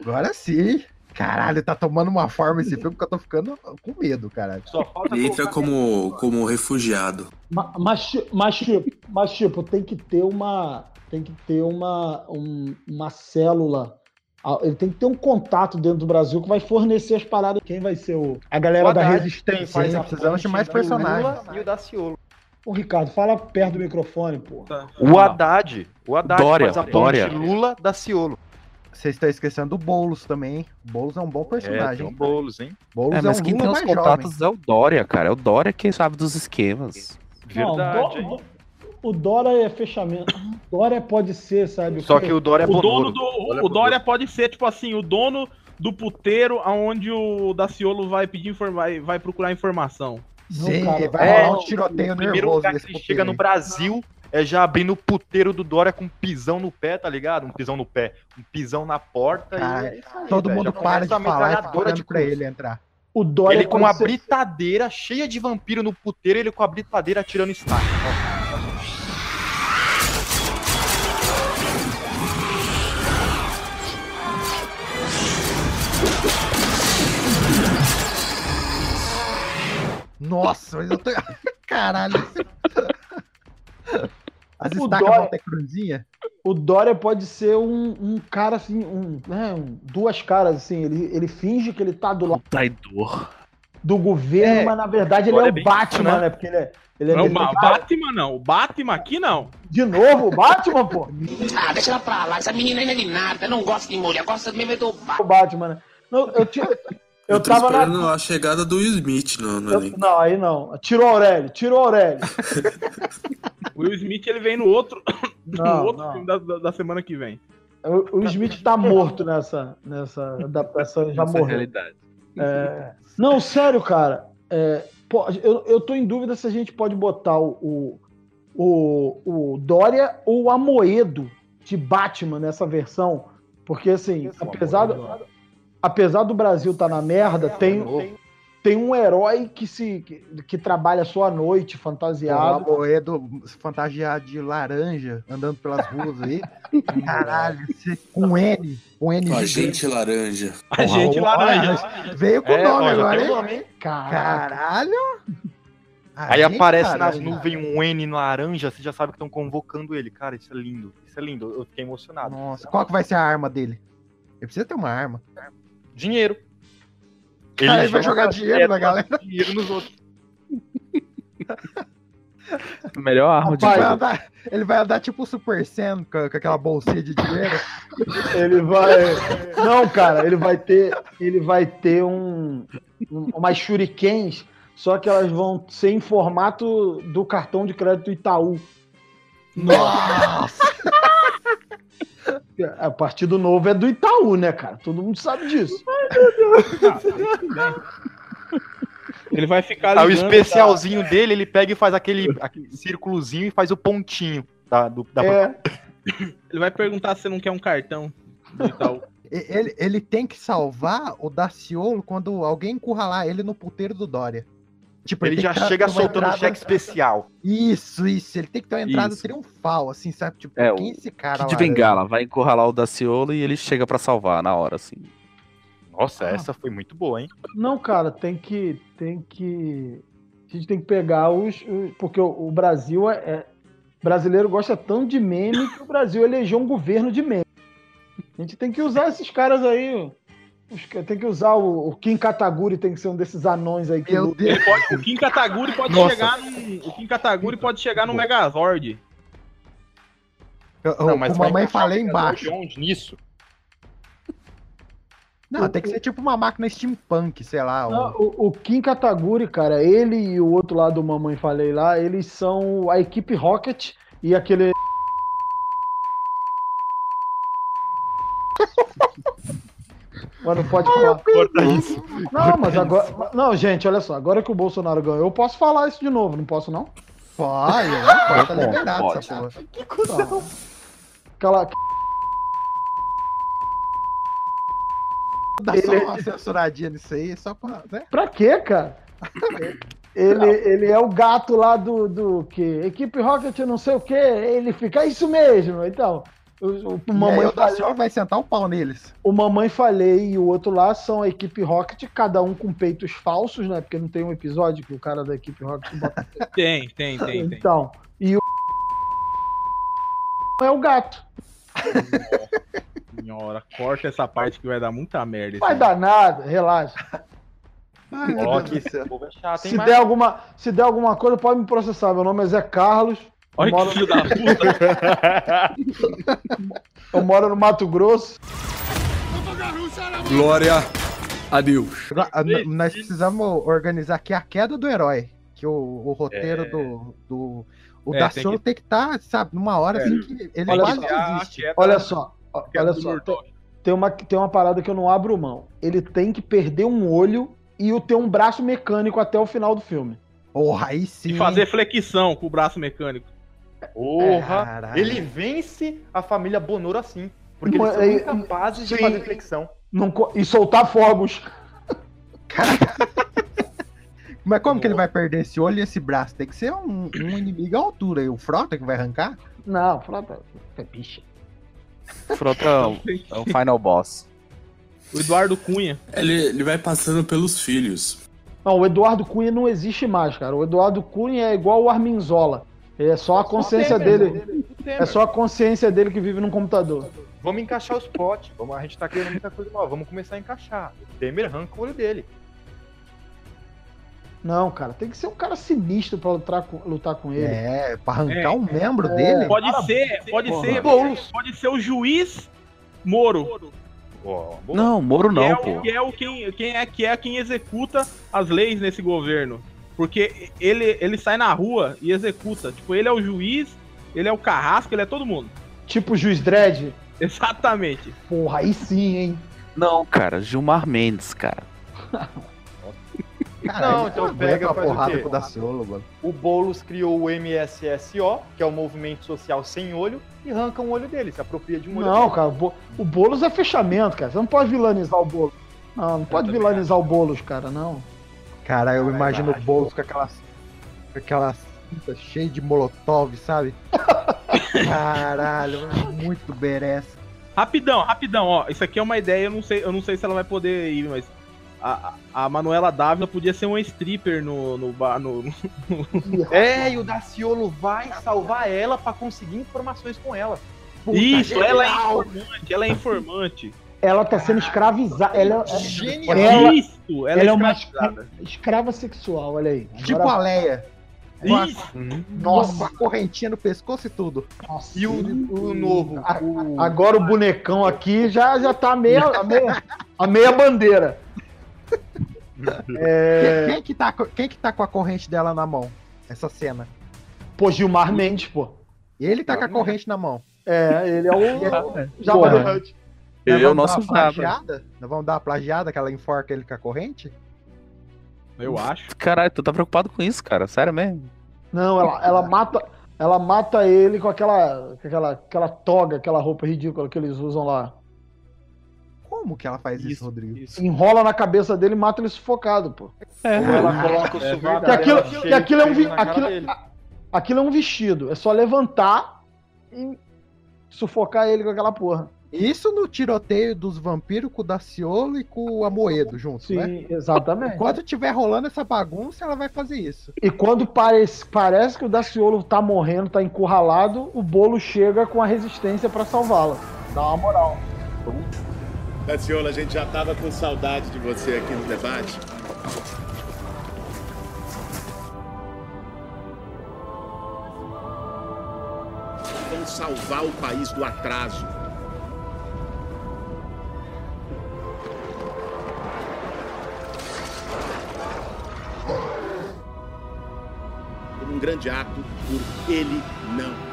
S1: Agora sim. Caralho, tá tomando uma forma esse filme que eu tô ficando com medo, caralho.
S9: Só falta
S5: Ele entra
S9: colocar-
S5: como, como refugiado.
S2: Ma- Mas, ti- mas, tipo, mas, tipo, tem que ter uma. Tem que ter uma, um- uma célula. Ah, Ele tem que ter um contato dentro do Brasil que vai fornecer as paradas. Quem vai ser o. A galera
S9: O
S2: da
S9: Haddad
S2: resistência.
S1: faz
S2: né?
S1: a- precisamos de mais
S9: O
S1: personagens.
S9: Lula E o Daciolo.
S2: Ô, Ricardo, fala perto do microfone, pô.
S9: O Haddad. O Haddad
S6: Dória,
S9: faz a ponte
S6: Dória.
S9: Lula Daciolo.
S1: Vocês estão esquecendo do Boulos também, hein? Boulos é um bom
S9: É, tem
S1: personagem.
S9: um
S1: hein?
S9: bolos, hein?
S1: Boulos
S6: É,
S1: é,
S6: mas
S1: um
S6: quem tem
S1: Lula
S6: os
S1: mais
S6: contatos
S1: jovem.
S6: é o Dória, cara. É o Dória que sabe dos esquemas.
S9: Verdade,
S2: Não, o,
S9: hein?
S2: Dó- o Dória é fechamento. Ah, Dória pode ser, sabe?
S9: Só que o Dória é
S4: O dono
S9: bonoro.
S4: do. O, o Dória pode ser, tipo assim, o dono do puteiro aonde o Daciolo vai pedir informa- vai, vai procurar informação.
S2: Não,
S1: Sim,
S2: cara,
S6: tá, né?
S1: vai
S9: é,
S1: rolar um
S9: o
S1: tiroteio
S9: O primeiro
S1: nervoso
S9: lugar
S1: nesse
S9: que ele chega no
S1: puteiro
S9: Brasil é já abrindo o puteiro do Dória com um pisão no pé, tá ligado? Um pisão no pé, um pisão na porta. e
S1: Cara,
S9: é isso
S1: aí.
S9: aí,
S1: Todo
S9: velho.
S1: mundo
S9: Já
S1: para
S9: começa
S1: de falar
S9: a
S1: e
S9: metralhadora
S1: fica de
S9: de
S1: pra
S9: cruz.
S1: ele entrar.
S2: O Dória
S9: ele com
S2: pode
S9: uma
S2: ser-
S9: britadeira cheia de vampiro no puteiro, ele com a britadeira atirando snack.
S1: Nossa, mas eu tô. Caralho. esse- As
S2: O
S1: estacas
S2: Dória-
S1: vão ter cruzinha?
S2: O Dória pode ser um, um cara assim, um, né, um- duas caras assim. Ele, ele finge que ele tá do lado
S6: Traidor.
S2: do governo,
S9: É.
S2: mas na verdade ele
S9: Olha
S2: é o
S9: bem
S2: Batman,
S9: isso, né?
S2: né? Porque ele é, ele é
S4: Não, o Ba-
S2: militar.
S4: Batman não. O Batman aqui não.
S2: de novo o Batman, pô.
S7: Ah, deixa ela pra lá. Essa menina ainda é de nada. Não gosta de mulher. Gosta mesmo é do bar.
S2: O Batman, né? Não, eu tinha,
S5: Eu,
S2: eu,
S5: tô
S2: tava na,
S5: esperando a chegada do Will Smith no, no
S2: eu-
S5: elenco.
S2: não, aí não. Tirou o Aurélio, tirou o Aurélio.
S4: O Will Smith ele vem no outro, no
S2: Não,
S4: outro
S2: não.
S4: filme da, da- da semana que vem.
S2: O, o Smith tá morto nessa nessa adaptação, já
S6: Essa é a
S2: morreu.
S6: realidade.
S2: É, Não, sério, cara. É, pô, eu, eu tô em dúvida se a gente pode botar o, o, o, o Dória ou o Amoedo de Batman nessa versão. Porque, assim, apesar, do, apesar do Brasil estar tá na merda, tem, tem, tem um herói que, se, que, que trabalha só à noite,
S1: O
S2: fantasiado.
S1: Moedo fantasiado de laranja andando pelas ruas aí. Caralho, esse- com N. Com N
S5: A
S1: gigante.
S5: gente laranja.
S4: A gente laranja.
S1: Veio com o
S9: É,
S1: nome
S9: ó, já
S1: agora,
S9: tem
S1: hein?
S9: o nome, hein?
S2: Caraca.
S1: Caralho! A
S9: Aí
S1: gente
S9: aparece nas
S1: laranja.
S9: nuvens um N laranja, você já sabe que estão convocando ele. Cara, isso é lindo. Isso é lindo. Eu fiquei emocionado.
S1: Nossa, qual que vai ser a arma dele? Ele precisa ter uma arma.
S9: Dinheiro. é,
S1: Cara, ele vai jogar dinheiro na galera.
S9: Dinheiro nos outros.
S6: Melhor arma de
S1: Vai
S6: todas.
S1: andar- ele vai andar tipo o Super Sam com, com aquela bolsinha de dinheiro.
S2: Ele vai. Não, cara, ele vai ter. Ele vai ter um. um- umas shurikens, só que elas vão ser em formato do cartão de crédito Itaú.
S1: Nossa!
S2: A partido novo é do Itaú, né, cara? Todo mundo sabe disso.
S4: tá, Ele vai ficar
S9: Aí tá, É o
S4: ligando
S9: especialzinho dele, ele pega e faz aquele, aquele círculozinho e faz o pontinho da, do, da
S2: É,
S4: pra- Ele vai perguntar se não quer um cartão. do Itaú.
S1: E- Ele, ele tem que salvar o Daciolo quando alguém encurralar ele no puteiro do Dória. Tipo,
S9: Ele
S1: tem
S9: já
S1: que ter
S9: chega
S1: uma
S9: soltando um
S1: entrada-
S9: cheque especial.
S1: Isso, isso. Ele tem que ter uma entrada
S6: Isso.
S1: triunfal, assim, sabe? Tipo,
S6: É,
S1: quem
S6: o
S1: é esse cara
S6: Kid
S1: lá?
S6: Bengala vai encurralar o Daciolo e ele chega pra salvar na hora, assim.
S9: Nossa, essa foi muito boa, hein?
S2: não, cara, tem que. Tem que. A gente tem que pegar os. os- porque o, o Brasil é, é- o brasileiro gosta tanto de meme que o Brasil elegeu um governo de meme. A gente tem que usar esses caras aí. ó. Os que- Tem que usar o, o Kim Kataguri, tem que ser um desses anões aí que
S1: Meu
S2: luta.
S1: Deus.
S4: Ele pode- o Kim Kataguri pode
S6: Nossa.
S4: chegar num. O Kim Kataguri pode chegar no Megazord.
S1: Eu- eu- como a mãe falei embaixo.
S9: nisso.
S1: Não, tem que ser tipo uma máquina steampunk, sei lá. um-
S2: Não, o, o Kim Kataguri, cara, ele e o outro lá do Mamãe Falei lá, eles são a equipe Rocket e aquele. Mas não pode falar.
S9: Corta isso.
S2: Não, mas agora. Não, gente, olha só. Agora que o Bolsonaro ganhou, eu posso falar isso de novo, não posso não?
S1: Pode, né? pode, tá liberado essa porra.
S2: Não. Aquela.
S1: Dá só
S2: Ele-
S1: uma censuradinha nisso aí, só pra. Né?
S2: Pra quê, cara? Ele, ele é o gato lá do, do que? Equipe Rocket, não sei o quê. Ele fica, é isso mesmo. Então, o, o
S1: Mamãe
S2: mamãe,
S1: o
S2: falei,
S1: Daciol vai sentar o pau neles.
S2: o Mamãe Falei e o outro lá são a equipe Rocket, cada um com peitos falsos, né? Porque não tem um episódio que o cara da equipe Rocket bota.
S4: Tem, tem, tem, tem.
S2: então, e o. É o gato.
S4: Senhora, corta essa parte que vai dar muita merda.
S2: Vai
S4: esse
S2: dar nada, relaxa.
S1: Ai, meu
S9: Ó,
S1: Deus
S9: que
S1: do céu.
S9: esse povo é chato, hein,
S2: Se
S9: Marcos?
S2: der, alguma, se der alguma coisa, pode me processar. Meu nome é Zé Carlos.
S4: Olha
S2: Moro-
S4: que filho da puta.
S2: Eu moro no Mato Grosso.
S10: Glória a Deus.
S1: Agora, a- n- Nós precisamos organizar aqui a queda do herói. Que o, o roteiro do, do. O
S4: É,
S1: Daciolo tem que estar, sabe, numa hora assim que ele
S2: Olha
S1: quase
S2: só.
S1: não existe.
S4: é
S2: Olha só, ó, olha só.
S4: Olha só.
S2: Tem uma, tem uma parada que eu não abro mão. Ele tem que perder um olho e o ter um braço mecânico até o final do filme.
S1: Porra, aí sim.
S4: E fazer flexão com o braço mecânico.
S2: É.
S9: Porra.
S1: Caralho.
S9: Ele vence a família Bonoro assim. Porque
S2: Não,
S9: eles são
S2: é-
S9: incapazes de
S2: sim.
S9: fazer flexão.
S2: Não co- e soltar fogos.
S1: Mas como que ele vai perder esse olho e esse braço? Tem que ser um, um inimigo à altura. E o Frota que vai arrancar?
S2: Não, frota. É bicha.
S6: Frota é o- é o final boss.
S4: O Eduardo Cunha.
S5: Ele, ele vai passando pelos filhos.
S2: Não, o Eduardo Cunha não existe mais, cara. O Eduardo Cunha é igual o Arminzola. É só a consciência
S9: né?
S2: dele. É só a consciência dele que vive num computador.
S9: Vamos encaixar os potes. Vamos, a gente tá querendo muita coisa nova. Vamos começar a encaixar. O Temer arranca o olho dele.
S2: Não, cara, tem que ser um cara sinistro pra lutar com, lutar com ele.
S1: É, pra arrancar
S4: É.
S1: um membro dele?
S4: Pode ser, pode
S2: porra.
S4: ser,
S9: Boulos.
S4: pode ser o juiz Moro.
S9: Ó, boa.
S6: Não, Moro
S4: que é
S6: não,
S4: o-
S6: pô.
S4: Que é o quem, quem é que é quem executa as leis nesse governo. Porque ele, ele sai na rua e executa. Tipo, ele é o juiz, ele é o carrasco, ele é todo mundo.
S2: Tipo o juiz Dredd.
S4: Exatamente.
S2: Porra, aí sim, hein?
S6: Não, cara, Gilmar Mendes, cara.
S1: Caralho,
S9: Não, então
S1: aguenta
S9: pega,
S1: uma
S9: faz o
S1: porrada
S9: quê?
S1: com o Daciolo, mano.
S9: O Boulos criou o MSSO, que é o Movimento Social Sem Olho, e arranca um olho dele, se apropria de um olho
S2: Não,
S9: dele.
S2: cara, o Bo- o Boulos é fechamento, cara. Você não pode vilanizar o Boulos. Não, não pode
S9: também
S2: vilanizar o Boulos, cara, não.
S1: Cara, eu
S9: Caralho,
S1: imagino o
S9: acho.
S1: Boulos com aquelas. com aquelas cintas cheias de molotov, sabe? Caralho, mano, muito merece.
S4: Rapidão, rapidão, ó. Isso aqui é uma ideia, eu não sei, eu não sei se ela vai poder ir, mas. A, a a Manuela Dávila podia ser uma stripper no, no bar. No, no-
S9: É, e o Daciolo vai salvar ela pra conseguir informações com ela.
S4: Isso, ela é informante, ela é informante.
S2: Ela tá sendo escravizada. Ela é
S9: Genial!
S2: Ela-
S4: Isso,
S2: ela
S4: ela,
S2: é
S4: é
S2: uma-
S4: escravizada.
S2: escrava sexual, olha aí. Agora-
S1: Tipo a Leia.
S4: Isso,
S1: Nossa, com a correntinha no pescoço e tudo.
S2: Nossa.
S9: E o, o novo,
S2: A-
S9: o,
S2: Agora o bonecão aqui já, já tá a meia, a meia, a meia bandeira.
S1: Quem,
S2: É,
S1: quem que tá, co- quem que tá com a corrente dela na mão? Essa cena.
S2: pô, Gilmar Mendes, pô.
S1: Ele tá com a corrente na mão.
S2: É, ele é o. Já
S6: Porra.
S2: valeu.
S1: Nós
S6: Ele é
S1: vamos
S6: o
S1: dar
S6: nosso
S1: uma
S6: Zaba.
S1: plagiada? Nós vamos dar uma plagiada que ela enforca ele com a corrente?
S4: eu acho.
S6: Caralho, tu tá preocupado com isso, cara? Sério mesmo?
S2: Não, ela, ela mata. Ela mata ele com aquela, com aquela, aquela toga, aquela roupa ridícula que eles usam lá.
S1: Como que ela faz isso,
S6: Isso.
S1: Rodrigo?
S2: Enrola na cabeça dele e mata ele sufocado, pô.
S9: ela coloca o
S4: É
S9: sovaco
S2: verdade.
S9: dela
S2: Que aquilo-
S9: cheio
S2: que aquilo é um
S9: de
S2: vi-
S9: pelo na cara
S2: aquilo-
S9: dele.
S2: Aquilo é um vestido. É só levantar e sufocar ele com aquela porra.
S1: Isso no tiroteio dos vampiros com o Daciolo e com o Amoedo juntos, né?
S2: exatamente.
S1: Enquanto tiver rolando essa bagunça, ela vai fazer isso.
S2: E quando parece, parece que o Daciolo tá morrendo, tá encurralado, o bolo chega com a resistência pra salvá-la. Dá uma moral.
S11: Cassiolo, a gente já tava com saudade de você aqui no debate. Vão salvar o país do atraso. Por um grande ato, por ele não.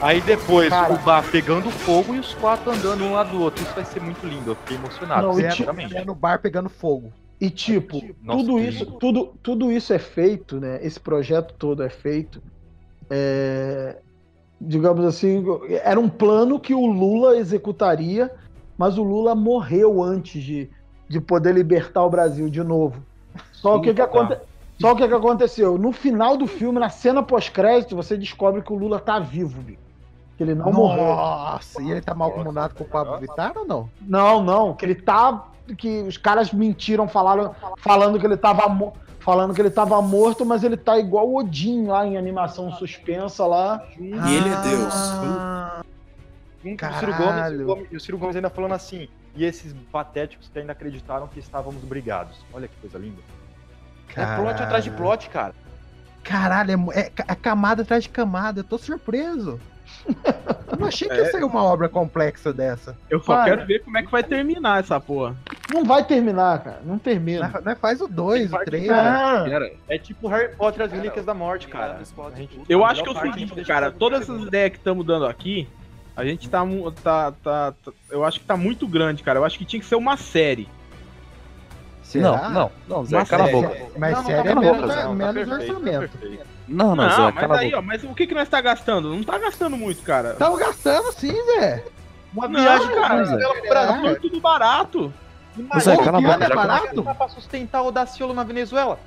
S9: Aí depois,
S3: Cara.
S9: o bar pegando fogo e os quatro andando um lado do outro. Isso vai ser muito lindo. Eu fiquei emocionado,
S2: Não, e tipo,
S9: sinceramente.
S1: no bar pegando fogo.
S2: E tipo,
S9: Nossa,
S2: tudo
S9: que
S2: isso, tudo, tudo isso é feito, né? Esse projeto todo é feito. é, digamos assim, era um plano que o Lula executaria, mas o Lula morreu antes de, de poder libertar o Brasil de novo. Só o que, que aconte- Só o que, que aconteceu? No final do filme, na cena pós-crédito, você descobre que o Lula tá vivo, bicho. Que ele não morreu.
S1: Nossa, e ele tá mal comunado com o Pablo Vittar ou não?
S2: Não, não, que ele tá. Que os caras mentiram, falaram, falando que ele tava mo- Falando que ele tava morto, mas ele tá igual o Odin lá em animação suspensa lá.
S5: E ele é
S9: Ah.
S5: Deus.
S9: Hum, o Ciro Gomes, Ciro Gomes- e o Ciro Gomes ainda falando assim. E esses patéticos que ainda acreditaram que estávamos brigados. Olha que coisa linda. É plot atrás de plot, cara.
S1: Caralho, é mu- é, ca- é camada atrás de camada. Eu tô surpreso. Eu não achei que
S5: É.
S1: ia sair uma obra complexa dessa.
S4: Eu só
S1: Cara.
S4: quero ver como é que vai terminar essa porra.
S2: Não vai terminar, cara. Não termina.
S1: Faz o 2, o né? 3.
S9: É tipo Harry Potter e as Relíquias da Morte, cara. A gente-
S4: Eu acho que é o
S9: melhor parte,
S4: seguinte, cara, todas essas ideias que estamos dando aqui, a gente tá, mu- tá, tá, tá- Eu acho que tá muito grande, cara. Eu acho que tinha que ser uma série.
S6: Será? Não, não, não, Zé, cala a boca.
S1: Mas
S4: Não, não,
S1: série é
S4: cala a boca,
S1: menos,
S4: Zé, não, tá
S1: menos
S4: perfeito, tá
S1: orçamento.
S4: Ah,
S6: Não, não, Zé,
S4: mas
S6: cala a
S4: aí,
S6: boca.
S4: ó, mas o que que nós tá gastando? Não tá gastando muito, cara.
S1: Tamo gastando sim, Zé.
S9: Uma
S4: não,
S1: viagem,
S4: cara.
S1: Zé.
S4: pelo Brasil é tudo barato.
S6: Zé, cala a boca, já
S2: É.
S9: Não dá tá pra sustentar o Daciolo na Venezuela.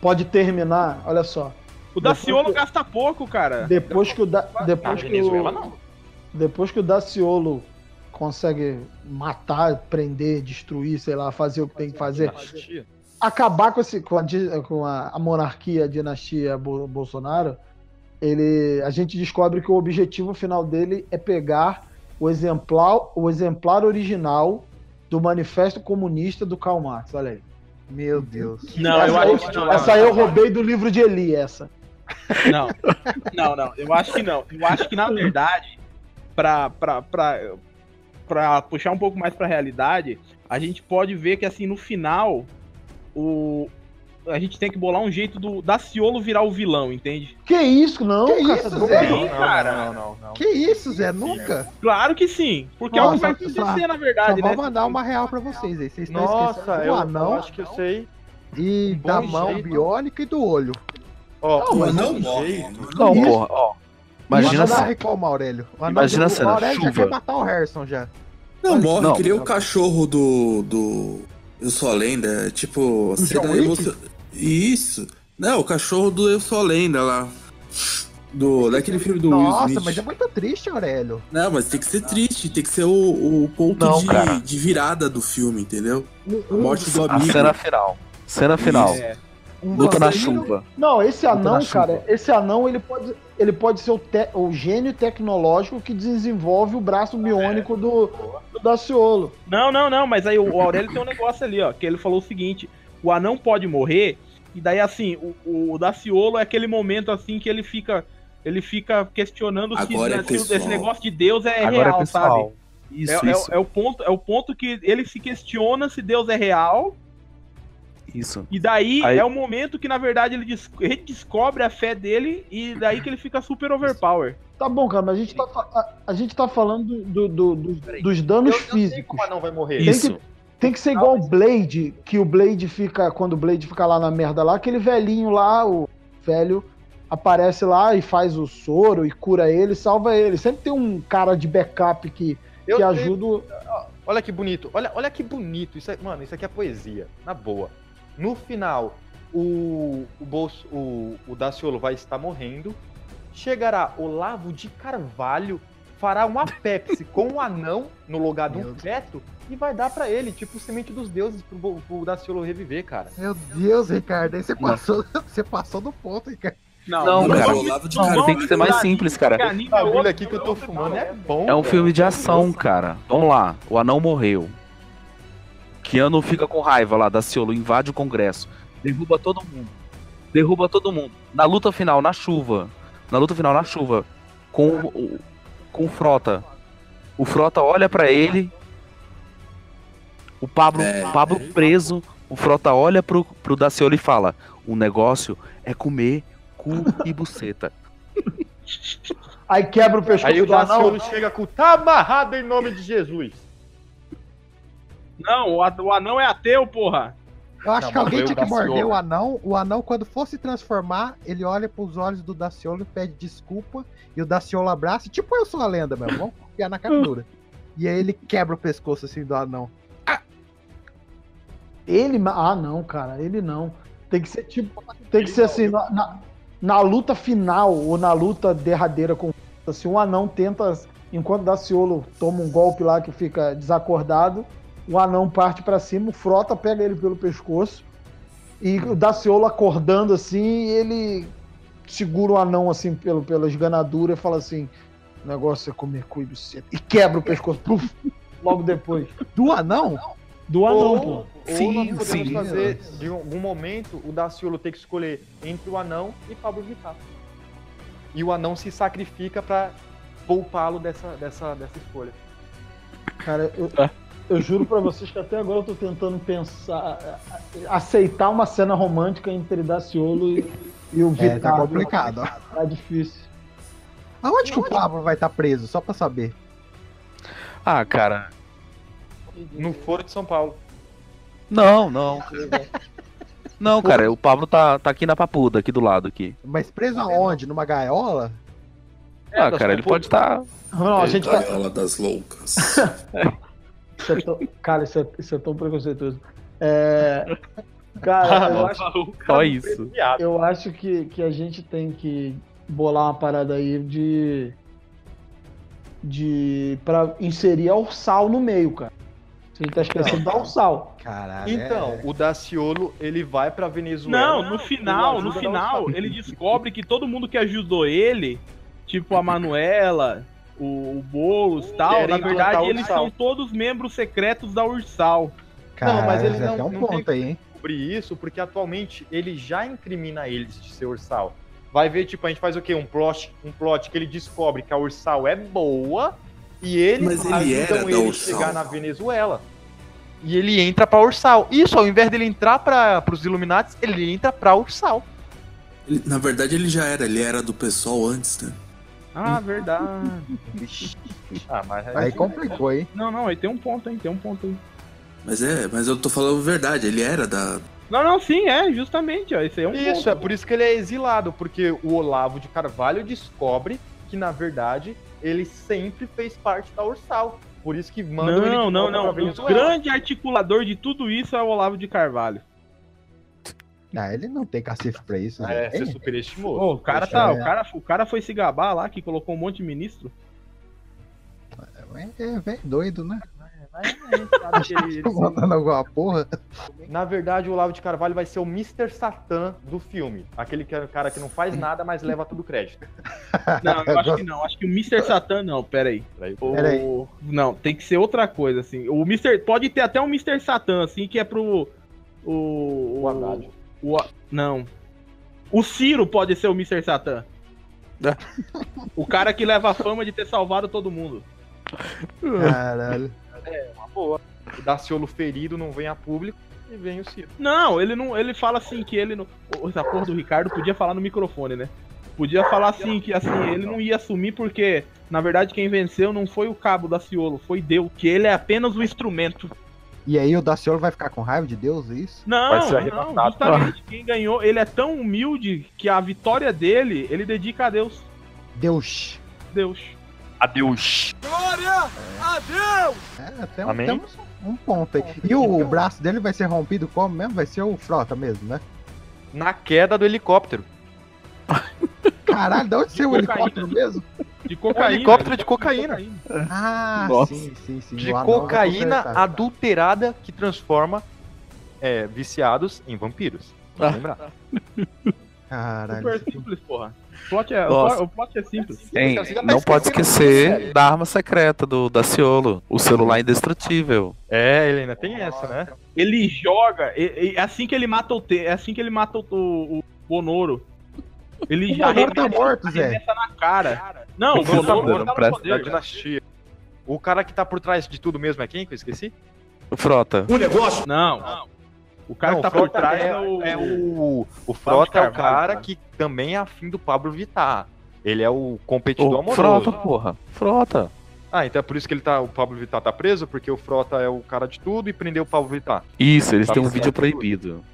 S2: Pode terminar, olha só.
S4: O Daciolo gasta pouco, cara.
S2: Depois que o da, depois
S4: Na
S2: que
S4: Venezuela,
S2: o,
S4: não.
S2: depois que o Daciolo consegue matar, prender, destruir, sei lá, fazer o que tem que fazer, acabar com esse com a, di- com a- a monarquia, a dinastia Bo- Bolsonaro, ele a gente descobre que o objetivo final dele é pegar o exemplar, o exemplar original do Manifesto Comunista do Karl Marx, olha aí.
S1: Meu Deus.
S4: Não,
S2: essa
S4: eu
S2: aí,
S4: acho que não.
S2: essa aí eu roubei do livro de Eli, essa.
S4: Não, não, não. Eu acho que não. Eu acho que, na verdade, pra, pra, pra, pra puxar um pouco mais pra realidade, a gente pode ver que, assim, no final, o... a gente tem que bolar um jeito do Daciolo virar o vilão, entende?
S2: Que isso, não,
S1: Que
S2: cara,
S1: isso,
S2: tá doido?
S1: Zé?
S4: Sim, cara.
S1: Que isso, Zé? Nunca?
S4: Claro que sim. Porque é o que vai acontecer, na é verdade,
S1: Só
S4: né?
S1: vou mandar uma real pra vocês aí. Vocês estão
S9: Nossa,
S1: esquecendo
S9: eu-
S1: do anão.
S9: eu acho que eu sei.
S1: E
S9: Um bom
S1: da mão
S9: jeito.
S1: biônica e do olho.
S9: Ó,
S1: Não, mas
S9: um
S1: não
S9: bom
S1: morre,
S9: jeito.
S6: Não,
S1: Isso.
S6: porra, ó. Imagina
S1: Manda
S6: se-
S1: dar recall, Maurélio. O anão
S6: Imagina
S1: do-
S6: a cena,
S1: O Maurélio já
S6: chuva.
S1: quer matar o Harrison já.
S5: Não, morre,
S6: Não.
S5: que nem o cachorro do. do. Eu Sou a Lenda. é Tipo, a
S1: John
S5: cena
S1: Wick?
S5: emocio- Isso. Não, o cachorro do Eu Sou a Lenda lá. Do, daquele filme do Will
S1: Nossa,
S5: Smith.
S1: mas é muito triste, Aurélio.
S5: Não, mas tem que ser triste, tem que ser o, o ponto
S6: Não, cara.
S5: de, de virada do filme, entendeu? A
S2: Hum.
S1: um-
S5: morte do
S6: A
S5: amigo.
S6: cena final. Cena final.
S2: Um,
S6: Luta
S4: é
S6: na chuva.
S2: Não, esse anão,
S6: na
S2: cara, esse anão ele pode, ele pode ser o, te- o gênio tecnológico que desenvolve o braço biônico do, do Daciolo.
S4: Não, não, não, mas aí o Aurélio tem um negócio ali, ó, que ele falou o seguinte: o anão pode morrer, e daí assim, o, o Daciolo é aquele momento assim que ele fica. Ele fica questionando
S5: Agora é
S4: se, se
S5: pessoal.
S4: esse negócio de Deus é
S6: Agora
S4: real,
S6: é pessoal.
S4: sabe?
S5: Isso,
S4: é, é-
S5: isso.
S4: é o ponto, é o ponto que ele se questiona se Deus é real,
S6: Isso.
S4: e daí
S6: Aí-
S4: é o momento que, na verdade, ele des- redescobre a fé dele, e daí que ele fica super overpower.
S2: Tá bom, cara, mas a gente tá, fa- a, a gente tá falando do- do- do- dos danos físicos.
S9: Não vai morrer.
S2: Tem que, tem que ser igual o Blade, que o Blade fica, quando o Blade fica lá na merda lá, aquele velhinho lá, o velho aparece lá e faz o soro e cura ele, salva ele. Sempre tem um cara de backup que,
S9: Eu
S2: que
S9: sei.
S2: ajuda. o-
S9: Ó, Olha que bonito. Olha, olha que bonito. Isso é, mano, isso aqui é poesia. Na boa. No final, o, o, Bolso, o, o Daciolo vai estar morrendo. Chegará Olavo de Carvalho fará uma Pepsi com um anão no lugar de um feto e vai dar pra ele, tipo, semente dos deuses pro, Bo- pro Daciolo reviver, cara.
S1: Meu Deus, Ricardo, aí você passou, você passou do ponto, Ricardo.
S6: Não, cara, tem que é ser mais simples, cara.
S4: Tá
S9: Essa agulha Tá aqui que eu tô fumando é bom.
S6: É um
S9: cara.
S6: filme de ação, cara. Vamos lá, o anão morreu. Keanu fica com raiva lá da Ciolo, invade o Congresso, derruba todo mundo. Derruba todo mundo. Na luta final, na chuva. Na luta final, na chuva. Com o, com o Frota. O Frota olha pra ele. O Pablo, o Pablo preso. O Frota olha pro, pro Daciolo e fala: O negócio é comer cu e buceta.
S2: Aí quebra o pescoço
S9: Aí o
S2: do anão.
S9: Daciolo chega com tá amarrado em nome de Jesus.
S4: Não, o a- o anão é ateu, porra.
S1: Eu acho
S4: Não,
S1: que alguém
S4: mas
S1: tinha
S4: eu
S1: que morder
S4: Daciolo.
S1: o anão. O anão, quando for se transformar, ele olha pros olhos do Daciolo e pede desculpa. E o Daciolo abraça, tipo eu sou a lenda, meu. Vamos confiar na captura. E aí ele quebra o pescoço assim do anão.
S2: Ele. ma- Ah, não, cara, ele não. Tem que ser tipo. Tem que ser assim, na, na- na luta final ou na luta derradeira com. Se um anão tenta. Enquanto Daciolo toma um golpe lá que fica desacordado, o anão parte pra cima, o Frota pega ele pelo pescoço. E o Daciolo acordando assim, ele segura o anão assim pelo, pela esganadura e fala assim: o negócio é comer cu e buceta", E quebra o pescoço. Puf, logo depois.
S1: Do anão?
S2: Do anão,
S9: Ou-
S2: pô.
S9: Ou nós podemos fazer, de algum momento, o Daciolo ter que escolher entre o anão e Pablo Vittar. E o anão se sacrifica pra poupá-lo dessa, dessa, dessa escolha.
S2: Cara, eu, eu juro pra vocês que até agora eu tô tentando pensar, a- a- aceitar uma cena romântica entre Daciolo e, e o Vitor.
S1: É, tá complicado.
S2: Tá difícil.
S1: Aonde que o Pablo vai estar preso? Só pra saber.
S6: Ah, cara.
S9: No Foro de São Paulo.
S6: Não, não. Não, cara, o Pablo tá, tá aqui na papuda, aqui do lado aqui.
S1: Mas preso aonde? Numa gaiola?
S6: ah, cara, ele pode estar.
S2: Não, a gente tá-
S5: Ela das loucas.
S2: Isso é tão- cara, isso é, isso é tão preconceituoso. É, cara, eu acho,
S6: Só isso.
S2: eu acho que, que a gente tem que bolar uma parada aí de. de. pra inserir a Ursal no meio, cara. A gente tá esquecendo da Ursal.
S1: Caralho. é-
S9: Então, o Daciolo, ele vai pra Venezuela.
S4: Não, no final, no
S9: ajuda
S4: final, ele descobre que todo mundo que ajudou ele, tipo a Manuela, o, o Boulos e tal,
S9: Querem
S4: na
S9: implantar
S4: verdade
S9: o
S4: eles
S9: Ursal.
S4: são todos membros secretos da Ursal.
S1: Cara,
S9: mas ele
S1: já
S9: não-
S1: tem um
S9: não tem-
S1: ponto aí, hein?
S9: descobrir isso porque atualmente ele já incrimina eles de ser ursal. Vai ver, tipo, a gente faz o quê? Um plot, um plot que ele descobre que a ursal é boa e
S5: Mas
S9: eles
S5: ele era da
S9: ajudam ele a
S5: Ursal.
S9: chegar na Venezuela. E ele entra pra ursal. Isso, ao invés dele entrar para pros Illuminati, ele entra pra ursal.
S5: Ele- na verdade, ele já era, ele era do pessoal antes, né?
S4: Ah, verdade.
S9: ah, mas
S1: Aí complicou, hein?
S4: Não, não, aí tem um ponto, hein? Tem um ponto aí.
S5: Mas é, mas eu tô falando a verdade, ele era da.
S4: Não, não, sim, é, justamente, ó. Esse aí é um
S9: Isso,
S4: ponto.
S9: é por isso que ele é exilado, porque o Olavo de Carvalho descobre que, na verdade, ele sempre fez parte da ursal. Por isso que mandam ele de
S4: Não, não,
S9: volta pra
S4: não. O
S9: Venezuela.
S4: grande articulador de tudo isso é o Olavo de Carvalho.
S1: Ah, ele não tem cacife pra isso.
S9: É,
S1: gente.
S9: você superestimou.
S4: Pô, o cara tá.
S1: É.
S4: O cara, o cara foi se gabar lá, que colocou um monte de ministro.
S1: É, é, vem doido, né?
S9: Sabe que ele-
S1: Tô mandando alguma porra.
S9: Na verdade, o Olavo de Carvalho vai ser o Mr. Satã do filme. Aquele que é o cara que não faz nada, mas leva todo o crédito.
S4: Não, eu acho que não. Acho que o Mr. Satan não, peraí.
S9: Peraí.
S4: O-
S1: Peraí.
S4: Não, tem que ser outra coisa, assim. O Mr. Pode ter até um Mr. Satan, assim, que é pro. O.
S9: O Haddad.
S4: o- não. O Ciro pode ser o Mr. Satan. o cara que leva a fama de ter salvado todo mundo.
S1: Caralho.
S9: Uma boa. O Daciolo ferido não vem a público e vem o Ciro.
S4: Não, ele não. Ele fala assim que ele não. Ô, Essa porra do Ricardo podia falar no microfone, né? Podia falar assim que assim, ele não ia assumir porque, na verdade, quem venceu não foi o cabo da Ciolo, foi Deus, que ele é apenas o instrumento.
S1: E aí o Daciolo vai ficar com raiva de Deus, é isso?
S4: Não,
S9: Vai ser
S4: não,
S9: arrebatado.
S4: justamente quem ganhou, ele é tão humilde que a vitória dele, ele dedica a Deus.
S1: Deus.
S4: Deus.
S6: Adeus.
S7: Glória a Deus!
S1: É, tem,
S9: Amém?
S1: temos um ponto aí. E o braço dele vai ser rompido como mesmo? Vai ser o Frota mesmo, né?
S9: Na queda do helicóptero.
S1: Caralho, de onde saiu o
S4: cocaína.
S1: helicóptero mesmo?
S4: De
S9: Um
S4: cocaína.
S9: helicóptero de cocaína.
S1: Ah,
S9: Nossa.
S1: sim, sim, sim.
S9: De
S1: O anão vai
S9: cocaína
S1: consertar.
S9: adulterada que transforma é, viciados em vampiros. Vamos lembrar.
S1: Caralho.
S4: Super simples, porra. O plot é, o
S6: Nossa.
S4: plo- o plot é simples.
S6: Tem, não pode esquecer da arma secreta do Daciolo, o celular indestrutível.
S9: É, ele ainda tem essa, né?
S4: Ele joga. e- e- É assim que ele mata o T. É assim que ele mata o, o, o Bonoro. Ele
S1: O
S4: já
S1: Bonoro tá
S4: arrebenta-
S1: morto, Zé.
S4: arrebenta na cara. Não, o Bonoro tá no
S9: da
S4: poder. cara.
S9: dinastia. O cara que tá por trás de tudo mesmo é quem que eu esqueci?
S6: Frota.
S9: negócio?
S4: tá- Não. O cara
S9: Não,
S4: que tá
S9: o Frota
S4: por trás
S9: é-
S4: é, o.
S9: é o, o
S4: Paulo de
S9: Frota é o
S4: Carvalho,
S9: cara
S4: cara.
S9: que também é afim do Pablo Vittar. Ele é o competidor
S6: Ô,
S9: amoroso.
S6: frota, porra. Frota.
S9: Ah, então é por isso que ele tá, o Pablo Vittar tá preso, porque o Frota é o cara de tudo e prendeu o Pablo Vittar.
S6: Isso, eles têm um
S9: Sabe,
S6: vídeo
S9: sabe?
S6: proibido.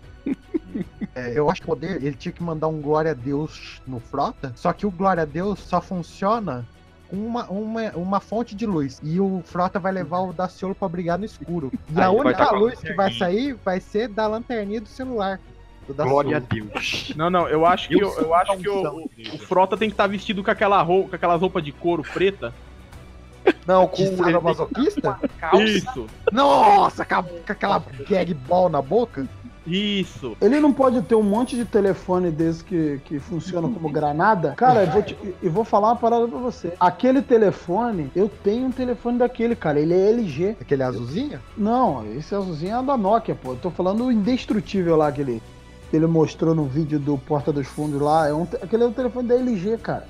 S1: É, eu acho que o poder, ele tinha que mandar um Glória a Deus no Frota, só que o Glória a Deus só funciona com uma, uma, uma fonte de luz. E o Frota vai levar o Daciolo pra brigar no escuro. E
S9: Aí
S1: a
S9: ele vai
S1: única
S9: tá com a
S1: luz que vai
S9: lanterninha.
S1: sair vai ser da lanterninha do celular. Do Daciolo.
S9: Glória a Deus.
S4: Não, não, eu acho que, eu,
S9: Deus
S4: eu acho que o, o Frota tem que estar vestido com aquela roupa, com aquelas roupas de couro preta.
S9: Não, com
S1: De sadomasoquista?
S4: Isso,
S1: Nossa, com a- com aquela gag ball na boca. Hum,
S4: isso.
S2: Ele não pode ter um monte de telefone desse que, que funciona como granada? Cara, eu vou, te- eu vou falar uma parada pra você. Aquele telefone, eu tenho um telefone daquele, cara. Ele é LG.
S1: Aquele azulzinho?
S2: Não, esse azulzinho é da Nokia, pô. Eu tô falando o indestrutível lá, aquele. que Ele mostrou no vídeo do Porta dos Fundos lá. É um, te- aquele é o telefone da LG, cara.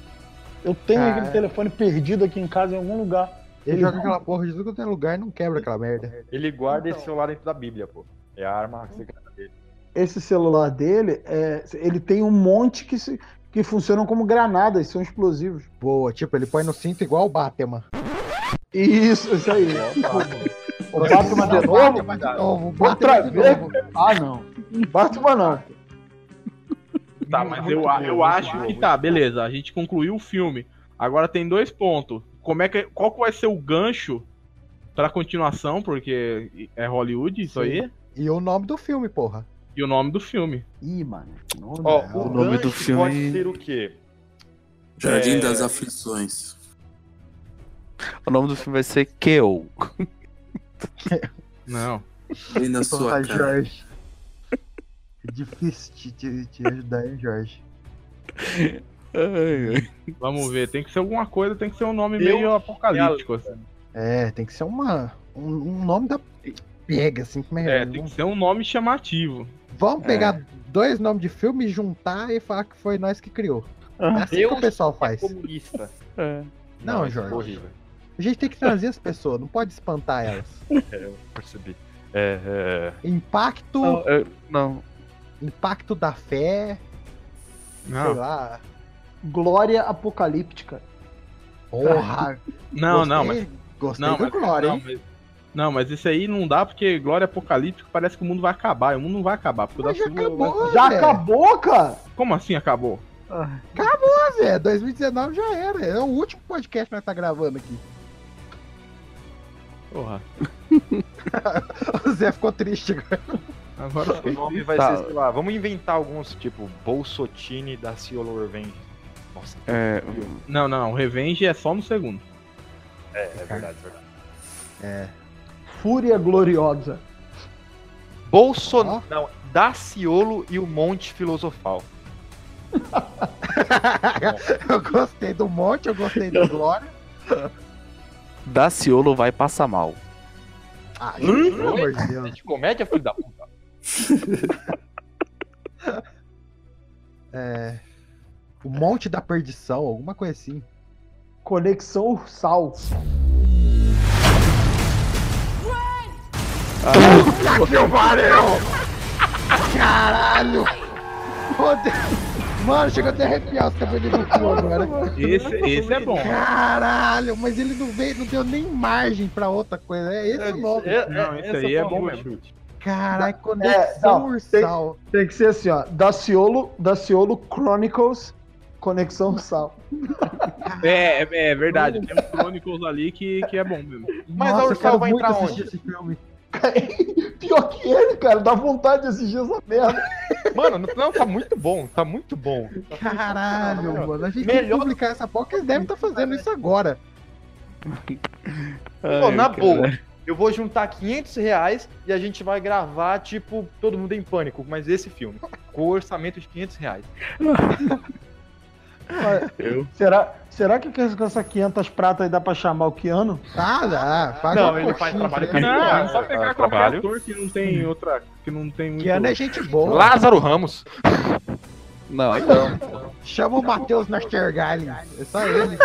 S2: Eu tenho
S1: Cara.
S2: aquele telefone perdido aqui em casa em algum lugar.
S1: Ele joga aquela porra de tudo que tem lugar e não quebra aquela merda.
S9: Ele guarda esse celular dentro da Bíblia, pô. É a arma secreta dele.
S2: esse celular dele, é, ele tem um monte que, se- que funcionam como granadas, são explosivos.
S1: Boa, tipo, ele põe no cinto igual o Batman.
S2: Isso, isso aí.
S1: O
S2: Batman de novo?
S1: Batman de novo. o
S2: Outra
S1: Batman de
S2: vez?
S1: novo.
S2: Ah, não. Batman não.
S4: Tá, mas eu, a- eu acho que tá, beleza. A gente concluiu o filme. Agora tem dois pontos. Como é que, qual que vai ser o gancho pra continuação? Porque é Hollywood isso
S1: Sim.
S4: aí.
S1: E o nome do filme, porra.
S4: E o nome do filme.
S2: Ih, mano. que nome,
S9: Ó,
S2: cara.
S9: o,
S6: nome
S9: nome
S6: do
S9: do
S6: filme-
S9: pode ser o quê?
S5: Jardim
S9: É.
S5: das Aflições.
S6: O nome do filme vai ser Keo.
S4: Não.
S5: Vem na sua
S1: Porra,
S5: cara.
S1: Jorge. Tipo, É difícil te, te- te ajudar, hein, Jorge?
S4: Vamos ver. Tem que ser alguma coisa, tem que ser um nome
S9: Deus é
S4: meio apocalíptico. Assim.
S1: É, tem que ser uma, um, um nome da pega, assim. Como é,
S4: É, tem que ser um nome chamativo.
S1: Vamos pegar dois nomes de filme, juntar e falar que foi nós que criou. É assim que
S9: Deus
S1: o pessoal faz.
S9: Comunista.
S1: Não, Jorge.
S9: ficou Horrível.
S1: A gente tem que trazer as pessoas, não pode espantar elas.
S9: É, eu percebi. É,
S1: Impacto,
S6: Não, eu- não.
S1: impacto da fé, sei
S4: Não,
S1: lá.
S2: Glória apocalíptica.
S1: Porra,
S4: não, não, mas.
S1: Ah, gostei- Gostei
S4: Não,
S1: do
S4: mas,
S1: Glória,
S4: não,
S1: hein?
S4: mas, não, mas isso aí não dá porque Glória Apocalíptico parece que o mundo vai acabar. E o mundo não vai acabar. Porque o
S1: Mas já
S4: Daciolo-
S1: acabou,
S2: Já
S1: Zé.
S2: acabou, cara?
S4: Como assim acabou?
S1: Ah, Zé, 2019 já era. É o último podcast que nós tá gravando aqui.
S4: Porra.
S1: O Zé ficou triste agora.
S4: Agora
S9: é, o nome vai
S6: Tá.
S9: ser, sei lá, vamos inventar alguns, tipo, Bolsotini da Ciolo Revenge. Nossa,
S6: É,
S4: Não, não, Revenge é só no segundo.
S9: é, é verdade, é verdade.
S2: Fúria gloriosa.
S9: Bolsonaro. Não, Daciolo e o Monte Filosofal.
S1: Eu gostei do Monte, eu gostei do Glória.
S6: Daciolo vai passar mal.
S1: Ah, gente, pelo amor de
S9: É
S1: Deus.
S9: de comédia, filho da puta.
S1: É, o Monte da Perdição, alguma coisa assim.
S2: Conexão Ursal.
S1: Caralho! Meu Deus. Mano, chega até a arrepiar os cabelos do cu agora.
S4: Esse, esse é bom.
S1: Caralho, mas ele não veio, não deu nem margem pra outra coisa. É esse o nome.
S4: Não, esse aí é bom mesmo.
S1: Caralho, conexão
S2: É, não,
S1: ursal.
S2: Tem que ser assim, ó. Daciolo, Daciolo Chronicles, Conexão Ursal.
S4: É, é, é verdade. Tem um Chronicles ali que, que é bom mesmo.
S9: Mas a
S1: Nossa, eu
S9: Ursal
S1: quero
S9: vai
S1: muito
S9: entrar
S1: assistir
S9: onde?
S1: esse filme.
S2: Pior que ele, cara. Dá vontade de assistir essa merda.
S3: Mano, não- não, tá muito bom, tá muito bom.
S1: Caralho,
S3: Melhor.
S1: mano. A gente tem que
S3: Melhor-
S1: publicar essa porra, que eles devem estar fazendo isso agora.
S9: Pô, na
S1: cara.
S9: boa, eu vou juntar 500 reais e a gente vai gravar, tipo, Todo Mundo em Pânico, mas esse filme, com orçamento de 500 reais.
S2: Olha, Será, será que com essa 500 pratas aí dá pra chamar o Keanu?
S1: Ah, dá.
S4: paga Não, uma ele faz
S1: tá
S4: coxinha, trabalho né? com Não, é só pegar qualquer ator
S2: que não
S4: Hum.
S2: tem outra. Que não tem muito.
S1: Keanu é gente boa.
S3: Lázaro Ramos.
S6: Não, então.
S1: Chama o Matheus Nastergalli. É só ele.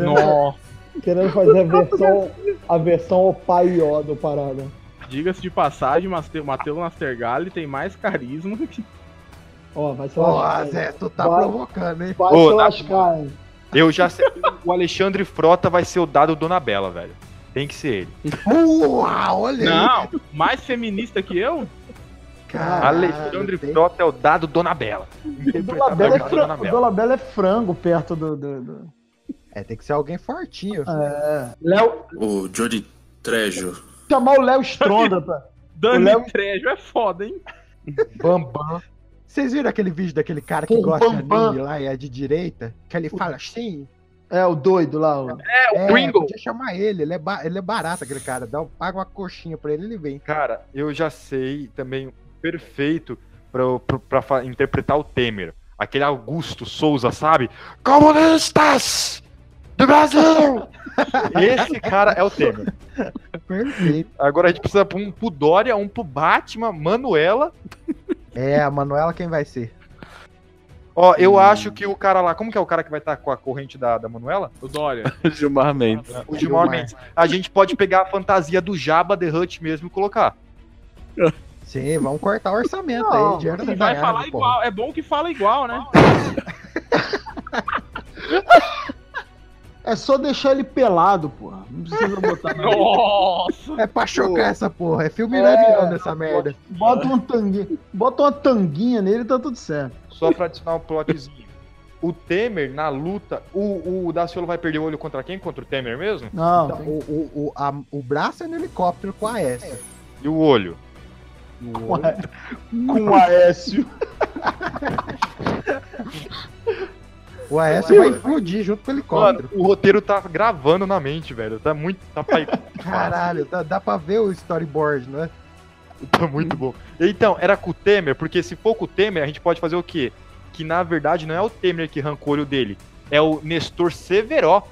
S4: Nossa.
S2: Querendo fazer a versão, a versão opaió do Parada.
S4: Diga-se de passagem, Mate- Matheus Nastergalli tem mais carisma que.
S2: Ó, vai se
S1: Ó,
S2: lascar, hein?
S1: Zé, tu tá
S2: Vai-
S1: provocando, hein?
S2: Vai
S9: Ô,
S2: se
S9: na-
S2: lascar, hein?
S9: Eu já sei, o Alexandre Frota vai ser o dado Dona Bela, velho. Tem que ser ele.
S1: Uau, olha
S4: Não, mais feminista que eu?
S1: Ah,
S9: Alexandre Frota é o dado Dona Bela.
S2: Dona Bela, é
S9: Dona
S2: frango,
S9: Bela.
S2: Dona Bela é frango perto do. do, do...
S1: É, tem que ser alguém fortinho.
S2: É. Léo,
S5: O Jody Trejo.
S2: chamar o Léo Stronda, tá?
S4: Dani
S2: O Léo-
S4: Trejo é foda, hein?
S1: Bambam. Vocês viram aquele vídeo daquele cara que
S2: O
S1: gosta de
S2: Bambam.
S1: anime lá e é de direita? Que ele fala assim?
S2: É, o doido lá. O...
S1: É,
S9: Pringle.
S1: podia chamar ele, ele é, ba- ele é barato aquele cara. Dá, um- paga uma coxinha pra ele, ele vem.
S9: Cara, eu já sei também perfeito pra, pra, pra fa- interpretar o Temer. Aquele Augusto Souza, sabe? Comunistas do Brasil! Esse cara é o Temer.
S1: Perfeito.
S9: Agora a gente precisa pôr um pro Dória, um pro Batman, Manuela.
S1: É, a Manuela quem vai ser?
S9: Ó, eu acho que o cara lá, como que é o cara que vai estar com a corrente da, da Manuela?
S4: O Dória.
S6: Ah, Gilmar Mendes.
S9: O Gilmar Mendes. A gente pode pegar a fantasia do Jabba The Hutt mesmo e colocar.
S1: Sim, vamos cortar o orçamento aí. Dinheiro da
S4: e vai
S1: Dayana,
S4: falar
S1: porra.
S4: igual. É bom que fala igual, né?
S2: É só deixar ele pelado, porra. Não precisa botar nada.
S4: Nossa!
S1: É pra chocar essa porra. É filme
S2: É.
S1: leviano essa merda.
S2: Bota, um tanguinho, bota uma tanguinha nele tá tudo certo.
S9: Só pra adicionar um plotzinho. O Temer, na luta, o, o Daciolo vai perder o olho contra quem? Contra o Temer mesmo?
S2: Não,
S1: Então, o, o, o, a- o braço é no helicóptero com a S.
S9: E o olho?
S2: com, a, com o Aécio.
S1: O AS vai explodir junto com o helicóptero.
S9: Mano, o roteiro tá gravando na mente, velho. Tá muito. Tá, pai-
S1: Caralho, dá, dá pra ver o storyboard, né?
S9: tá muito bom. Então, era com o Temer, porque se for com o Temer, a gente pode fazer o quê? Que na verdade não é o Temer que arrancou o olho dele. É o Nestor Severo.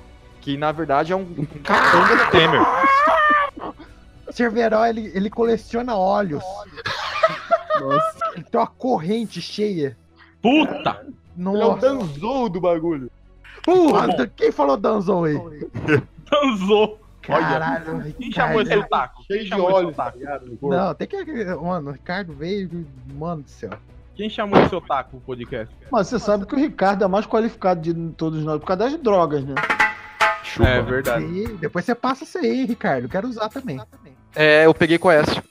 S9: Que na verdade é um. um capanga do Temer.
S1: Cerveró, ele, ele coleciona óleos. Ele tem uma corrente cheia.
S4: Puta!
S9: Ele é o
S1: Nossa.
S9: Danzou do bagulho.
S1: Ah, Quem falou Danzou aí?
S4: Danzou!
S1: Caralho,
S4: Quem chamou esse
S1: Ricardo.
S4: taco?
S9: Cheio
S4: Quem
S9: de
S4: chamou
S9: óleo.
S4: esse taco?
S1: Não, tem que. Mano, o Ricardo veio. Mano do céu.
S4: Quem chamou esse otaku pro podcast?
S2: Mas você sabe que o Ricardo é mais qualificado de todos nós por causa das drogas, né?
S9: Chupa.
S4: É verdade.
S1: E depois você passa isso aí, Ricardo. Quero usar também.
S9: É, eu peguei com essa.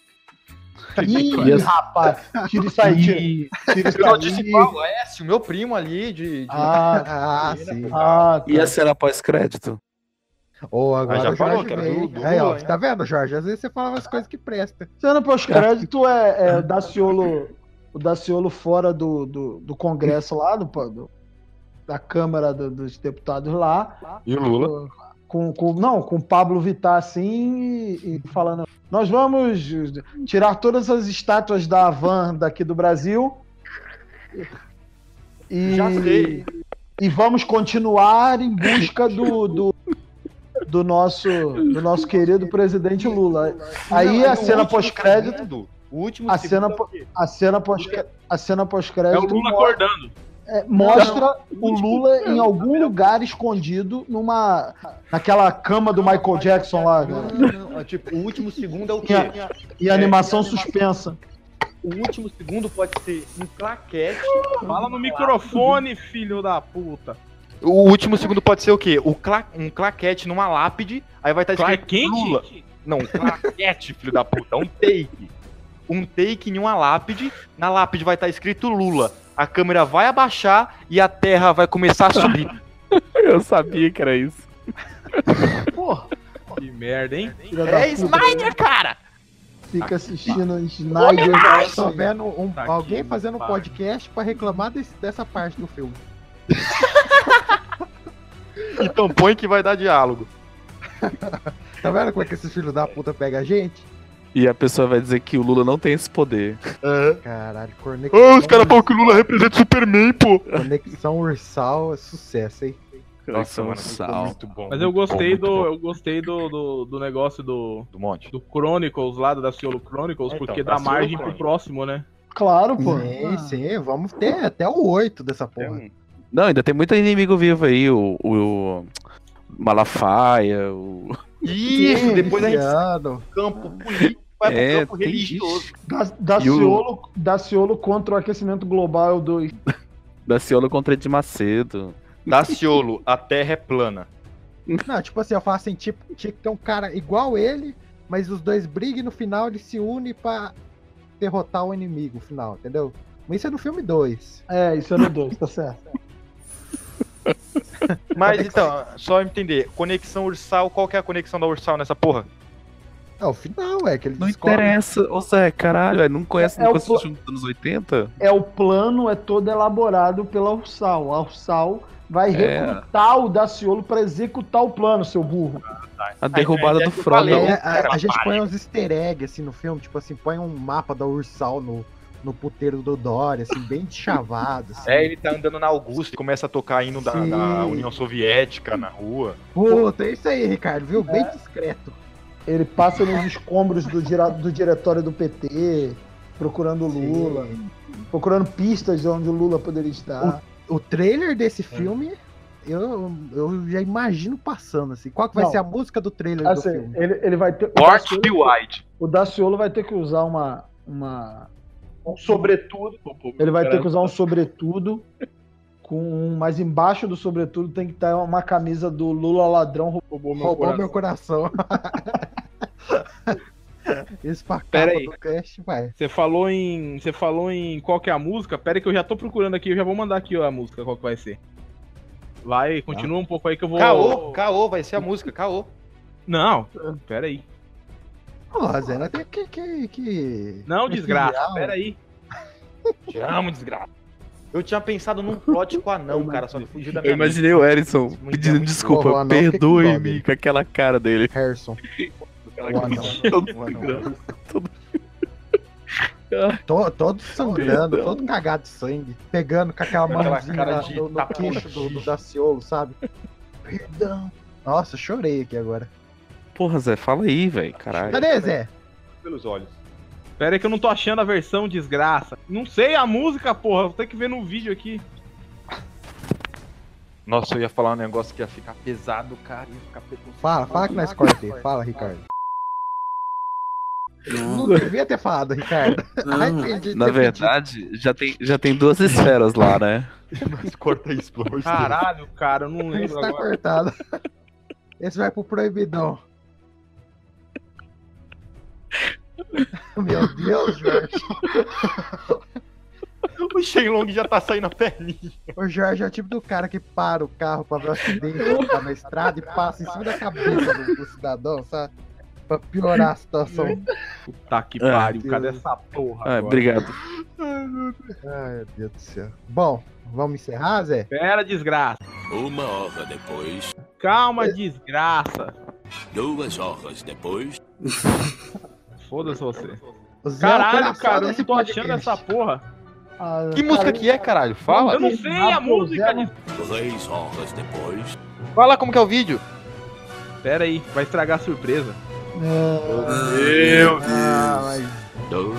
S2: Ih, rapaz, tira isso aí, tira, tira
S9: Eu
S2: isso
S9: não disse
S2: aí.
S9: qual, é esse, o meu primo ali de. de-
S2: Ah,
S1: Ah, sim.
S2: ah,
S6: E assim, a
S2: tá.
S6: cena pós-crédito?
S1: Ou
S9: Ah,
S1: agora
S9: já
S1: o
S9: falou
S1: Jorge
S9: que era
S1: veio.
S9: do- do
S1: Aí, ó,
S9: Lula, hein?
S1: tá vendo, Jorge? Às vezes você fala umas coisas que prestam.
S2: Cena pós-crédito é, é o Daciolo, o Daciolo fora do, do, do Congresso lá, do, do- da Câmara do- dos Deputados lá.
S9: E o Lula?
S2: Com, com, não, com o Pablo Vittar assim e, e falando: nós vamos tirar todas as estátuas da Havan daqui do Brasil. E,
S9: Já sei.
S2: E vamos continuar em busca do, do, do nosso, do nosso querido presidente Lula. Aí assim,
S9: Não,
S2: a
S9: e o
S2: cena
S9: último
S2: pós-crédito.
S9: segundo, O último
S2: A
S9: segundo
S2: cena
S9: é o
S2: po-
S9: quê?
S2: A cena pós a cena
S4: É o
S2: pós-crédito
S4: Lula
S2: mo-
S4: acordando.
S2: é, mostra o Lula em algum lugar escondido numa naquela cama do Michael Jackson lá cara.
S9: Não, não, é tipo, o último segundo é o quê?
S2: e a animação suspensa.
S9: O último segundo pode ser um claquete.
S4: Fala no microfone, filho da puta.
S9: Tá O último segundo pode ser o quê? O cla- Um claquete numa lápide, aí vai estar
S4: Clark
S9: escrito Lula.
S4: Kent?
S9: Não, um claquete, filho da puta. Um take. Um take em uma lápide. Na lápide vai estar escrito Lula. A câmera vai abaixar e a terra vai começar a subir.
S6: Eu sabia que era isso.
S2: Porra,
S4: Que merda, hein?
S9: Tá É
S2: filha da puta.
S9: Snyder, cara!
S2: Fica assistindo o
S1: Snyder.
S2: Snyder.
S1: Se souber no- um-
S2: Tá aqui,
S1: alguém fazendo um
S2: pai.
S1: podcast pra reclamar desse- dessa parte do filme.
S9: Então põe que vai dar diálogo.
S1: Tá vendo como é que esses filhos da puta pegam a gente?
S6: E a pessoa vai dizer que o Lula não tem esse poder.
S1: Caralho, conexão.
S6: Ah, os caras falam
S1: que o Lula representa o Superman, pô. Conexão Ursal é sucesso, hein?
S6: Nossa, mano, sal. Muito bom,
S4: Mas eu gostei do. Eu gostei do, do, do negócio do.
S9: Do monte.
S4: Do Chronicles lá, da Ciolo
S9: É,
S4: Chronicles,
S1: Então,
S4: porque
S1: da
S4: dá
S1: Ciolo
S4: margem pro
S1: Chronicles.
S4: próximo, né?
S2: Claro, pô.
S1: Sim, sim, vamos ter até o 8 dessa porra.
S6: Não, ainda tem muito inimigo vivo aí, o, o, o Malafaia, o...
S9: Isso, depois a gente
S1: Viado.
S9: campo político, vai pro
S6: É,
S9: campo
S6: tem
S9: religioso.
S2: Da, Daciolo, Daciolo contra o aquecimento global é o 2.
S6: Daciolo contra Ed Macedo.
S9: Daciolo, a terra é plana.
S1: Não, tipo assim, eu falo assim, tipo, tinha que ter um cara igual ele, mas os dois brigam e no final eles se unem pra derrotar o inimigo final, entendeu? Mas isso é no filme 2.
S2: É, isso é no 2, tá certo.
S9: Mas então, só entender, conexão ursal, qual que é a conexão da ursal nessa porra?
S1: É o final, é que ele
S6: Não interessa, ô Zé, caralho, velho, não conhece
S2: É
S6: nunca
S2: o pla-
S6: assistiu nos anos 80?
S2: É o plano, é todo elaborado pela Ursal. A Ursal vai
S6: É.
S2: recrutar o Daciolo pra executar o plano, seu burro.
S6: A derrubada do Frodo.
S1: É, a, a gente põe uns easter eggs assim no filme, tipo assim, põe um mapa da Ursal no, no puteiro do Dory, assim, bem chavado. Assim.
S9: É, ele tá andando na Augusta e começa a tocar hino da,
S1: Sim.
S9: da União Soviética na rua.
S1: Puta, é isso aí, Ricardo, viu? Bem
S2: É.
S1: discreto.
S2: Ele passa nos escombros do, dira- do diretório do PT, procurando o Lula, procurando pistas de onde o Lula poderia estar.
S1: O trailer
S2: É.
S1: desse filme, eu, eu já imagino passando, assim. Qual que vai
S2: Não.
S1: ser a música do trailer do
S2: Assim,
S1: filme?
S2: ele, ele vai ter. o
S9: Tá
S1: Forte
S2: Daciolo-
S1: e wide.
S2: O Daciolo vai ter que usar uma. uma um sobretudo. Ele vai ter que usar um sobretudo. Com, um, mas embaixo do sobretudo tem que estar uma camisa do Lula ladrão roubou meu
S1: Roubou meu coração.
S2: coração.
S1: Esse pra
S4: Pera
S1: capa
S4: aí.
S1: do cast, vai.
S4: Você falou em. Você falou em qual que é a música? Pera aí que eu já tô procurando aqui, eu já vou mandar aqui ó, a música, qual que vai ser. Vai, continua um pouco aí que eu vou.
S9: Ah. Caô, caô, vai ser a música, caô.
S4: Não, pera aí.
S1: Porra, Zé, nós tem que, que, que-
S4: Não,
S1: que
S4: desgraça,
S1: filial.
S4: pera aí.
S9: Te amo, desgraça. Eu tinha pensado num plot com o anão, cara, só que fugiu da minha
S6: Eu imaginei o Erison pedindo
S9: bom.
S6: desculpa,
S9: Porra, não,
S6: perdoe-me com aquela cara dele.
S1: Harrison.
S6: Aquela
S1: Boa, não. To-
S9: Boa,
S1: todo sangrando,
S6: Perdão.
S1: todo cagado de sangue, pegando com aquela
S9: Aquela
S1: mãozinha
S9: cara
S1: na-
S9: de
S1: no, no
S9: tapa
S1: queixo do, do Daciolo, sabe? Perdão. Nossa, chorei aqui agora.
S6: Porra, Zé, fala aí, velho, caralho.
S1: Cadê, Zé?
S9: Pelos olhos.
S4: Pera aí que eu não tô achando a versão, desgraça. Não sei a música, porra, vou ter que ver no vídeo aqui.
S9: Nossa, eu ia falar um negócio que ia ficar pesado, cara, ia ficar pesado.
S1: Fala, fala que nós cortei. Fala, Ricardo. Não devia ter falado, Ricardo.
S5: Ah,
S1: Ai, perdi,
S6: Na
S1: ter
S6: verdade, já tem, já tem duas esferas lá, né?
S9: Mas corta isso, pelo amor de Deus.
S4: Caralho, cara, eu não
S1: pedido. Esse tá
S4: lembro agora.
S1: cortado. Esse vai pro proibidão. Meu Deus, Jorge.
S9: O Shenlong já tá saindo a perninha.
S1: O Jorge é o tipo do cara que para o carro pra ver o acidente que tá na estrada e passa em cima da cabeça do, do cidadão, sabe? Pra piorar a situação.
S4: Puta Tá que
S6: Ah,
S4: pariu,
S1: Deus.
S4: cadê essa porra?
S6: Ah,
S4: agora?
S6: obrigado.
S1: Ai, meu Deus do céu. Bom, vamos encerrar, Zé?
S4: Pera, desgraça.
S12: Uma hora depois,
S4: Calma,
S1: É.
S4: desgraça.
S12: duas horas depois.
S4: Foda-se você.
S1: O Zé é o
S4: Caralho,
S1: coração
S4: cara, eu
S1: desse
S4: não tô
S1: podcast.
S4: achando essa porra.
S2: Ah,
S9: Que música que é, caralho? Fala.
S4: Eu não sei a música. de-
S12: Três horas depois.
S9: Vai lá como que é o vídeo.
S4: Pera aí, vai estragar a surpresa.
S5: Ah,
S9: Meu
S2: Ah,
S12: Dois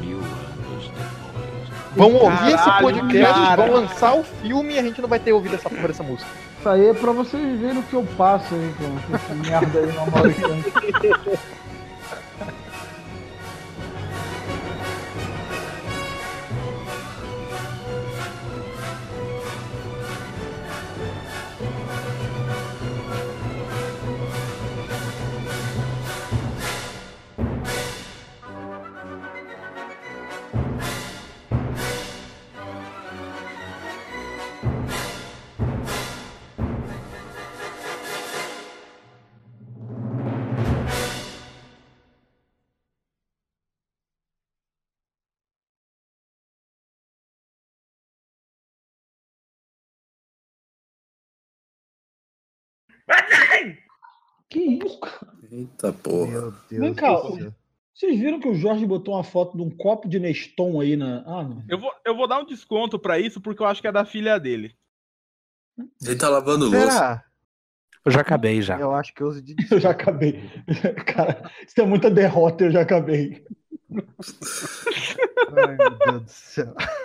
S12: mil anos depois.
S9: Vão ouvir esse
S4: Caralho,
S9: podcast,
S4: cara.
S9: vão lançar o filme e a gente não vai ter ouvido essa porra dessa música.
S2: Isso aí é pra vocês verem o que eu passo aí com essa merda aí na Mauritânia. Que isso, cara?
S5: Eita porra.
S2: Vem cá, o- vocês viram que o Jorge botou uma foto de um copo de Neston aí na. Ah, não.
S4: Eu vou, eu vou dar um desconto pra isso, porque eu acho que é da filha dele.
S5: Ele tá lavando
S1: Será?
S6: Eu já acabei já.
S1: Eu acho que eu uso de.
S2: Eu já acabei. Cara, isso é muita derrota, eu já acabei.
S1: Ai, meu Deus do céu.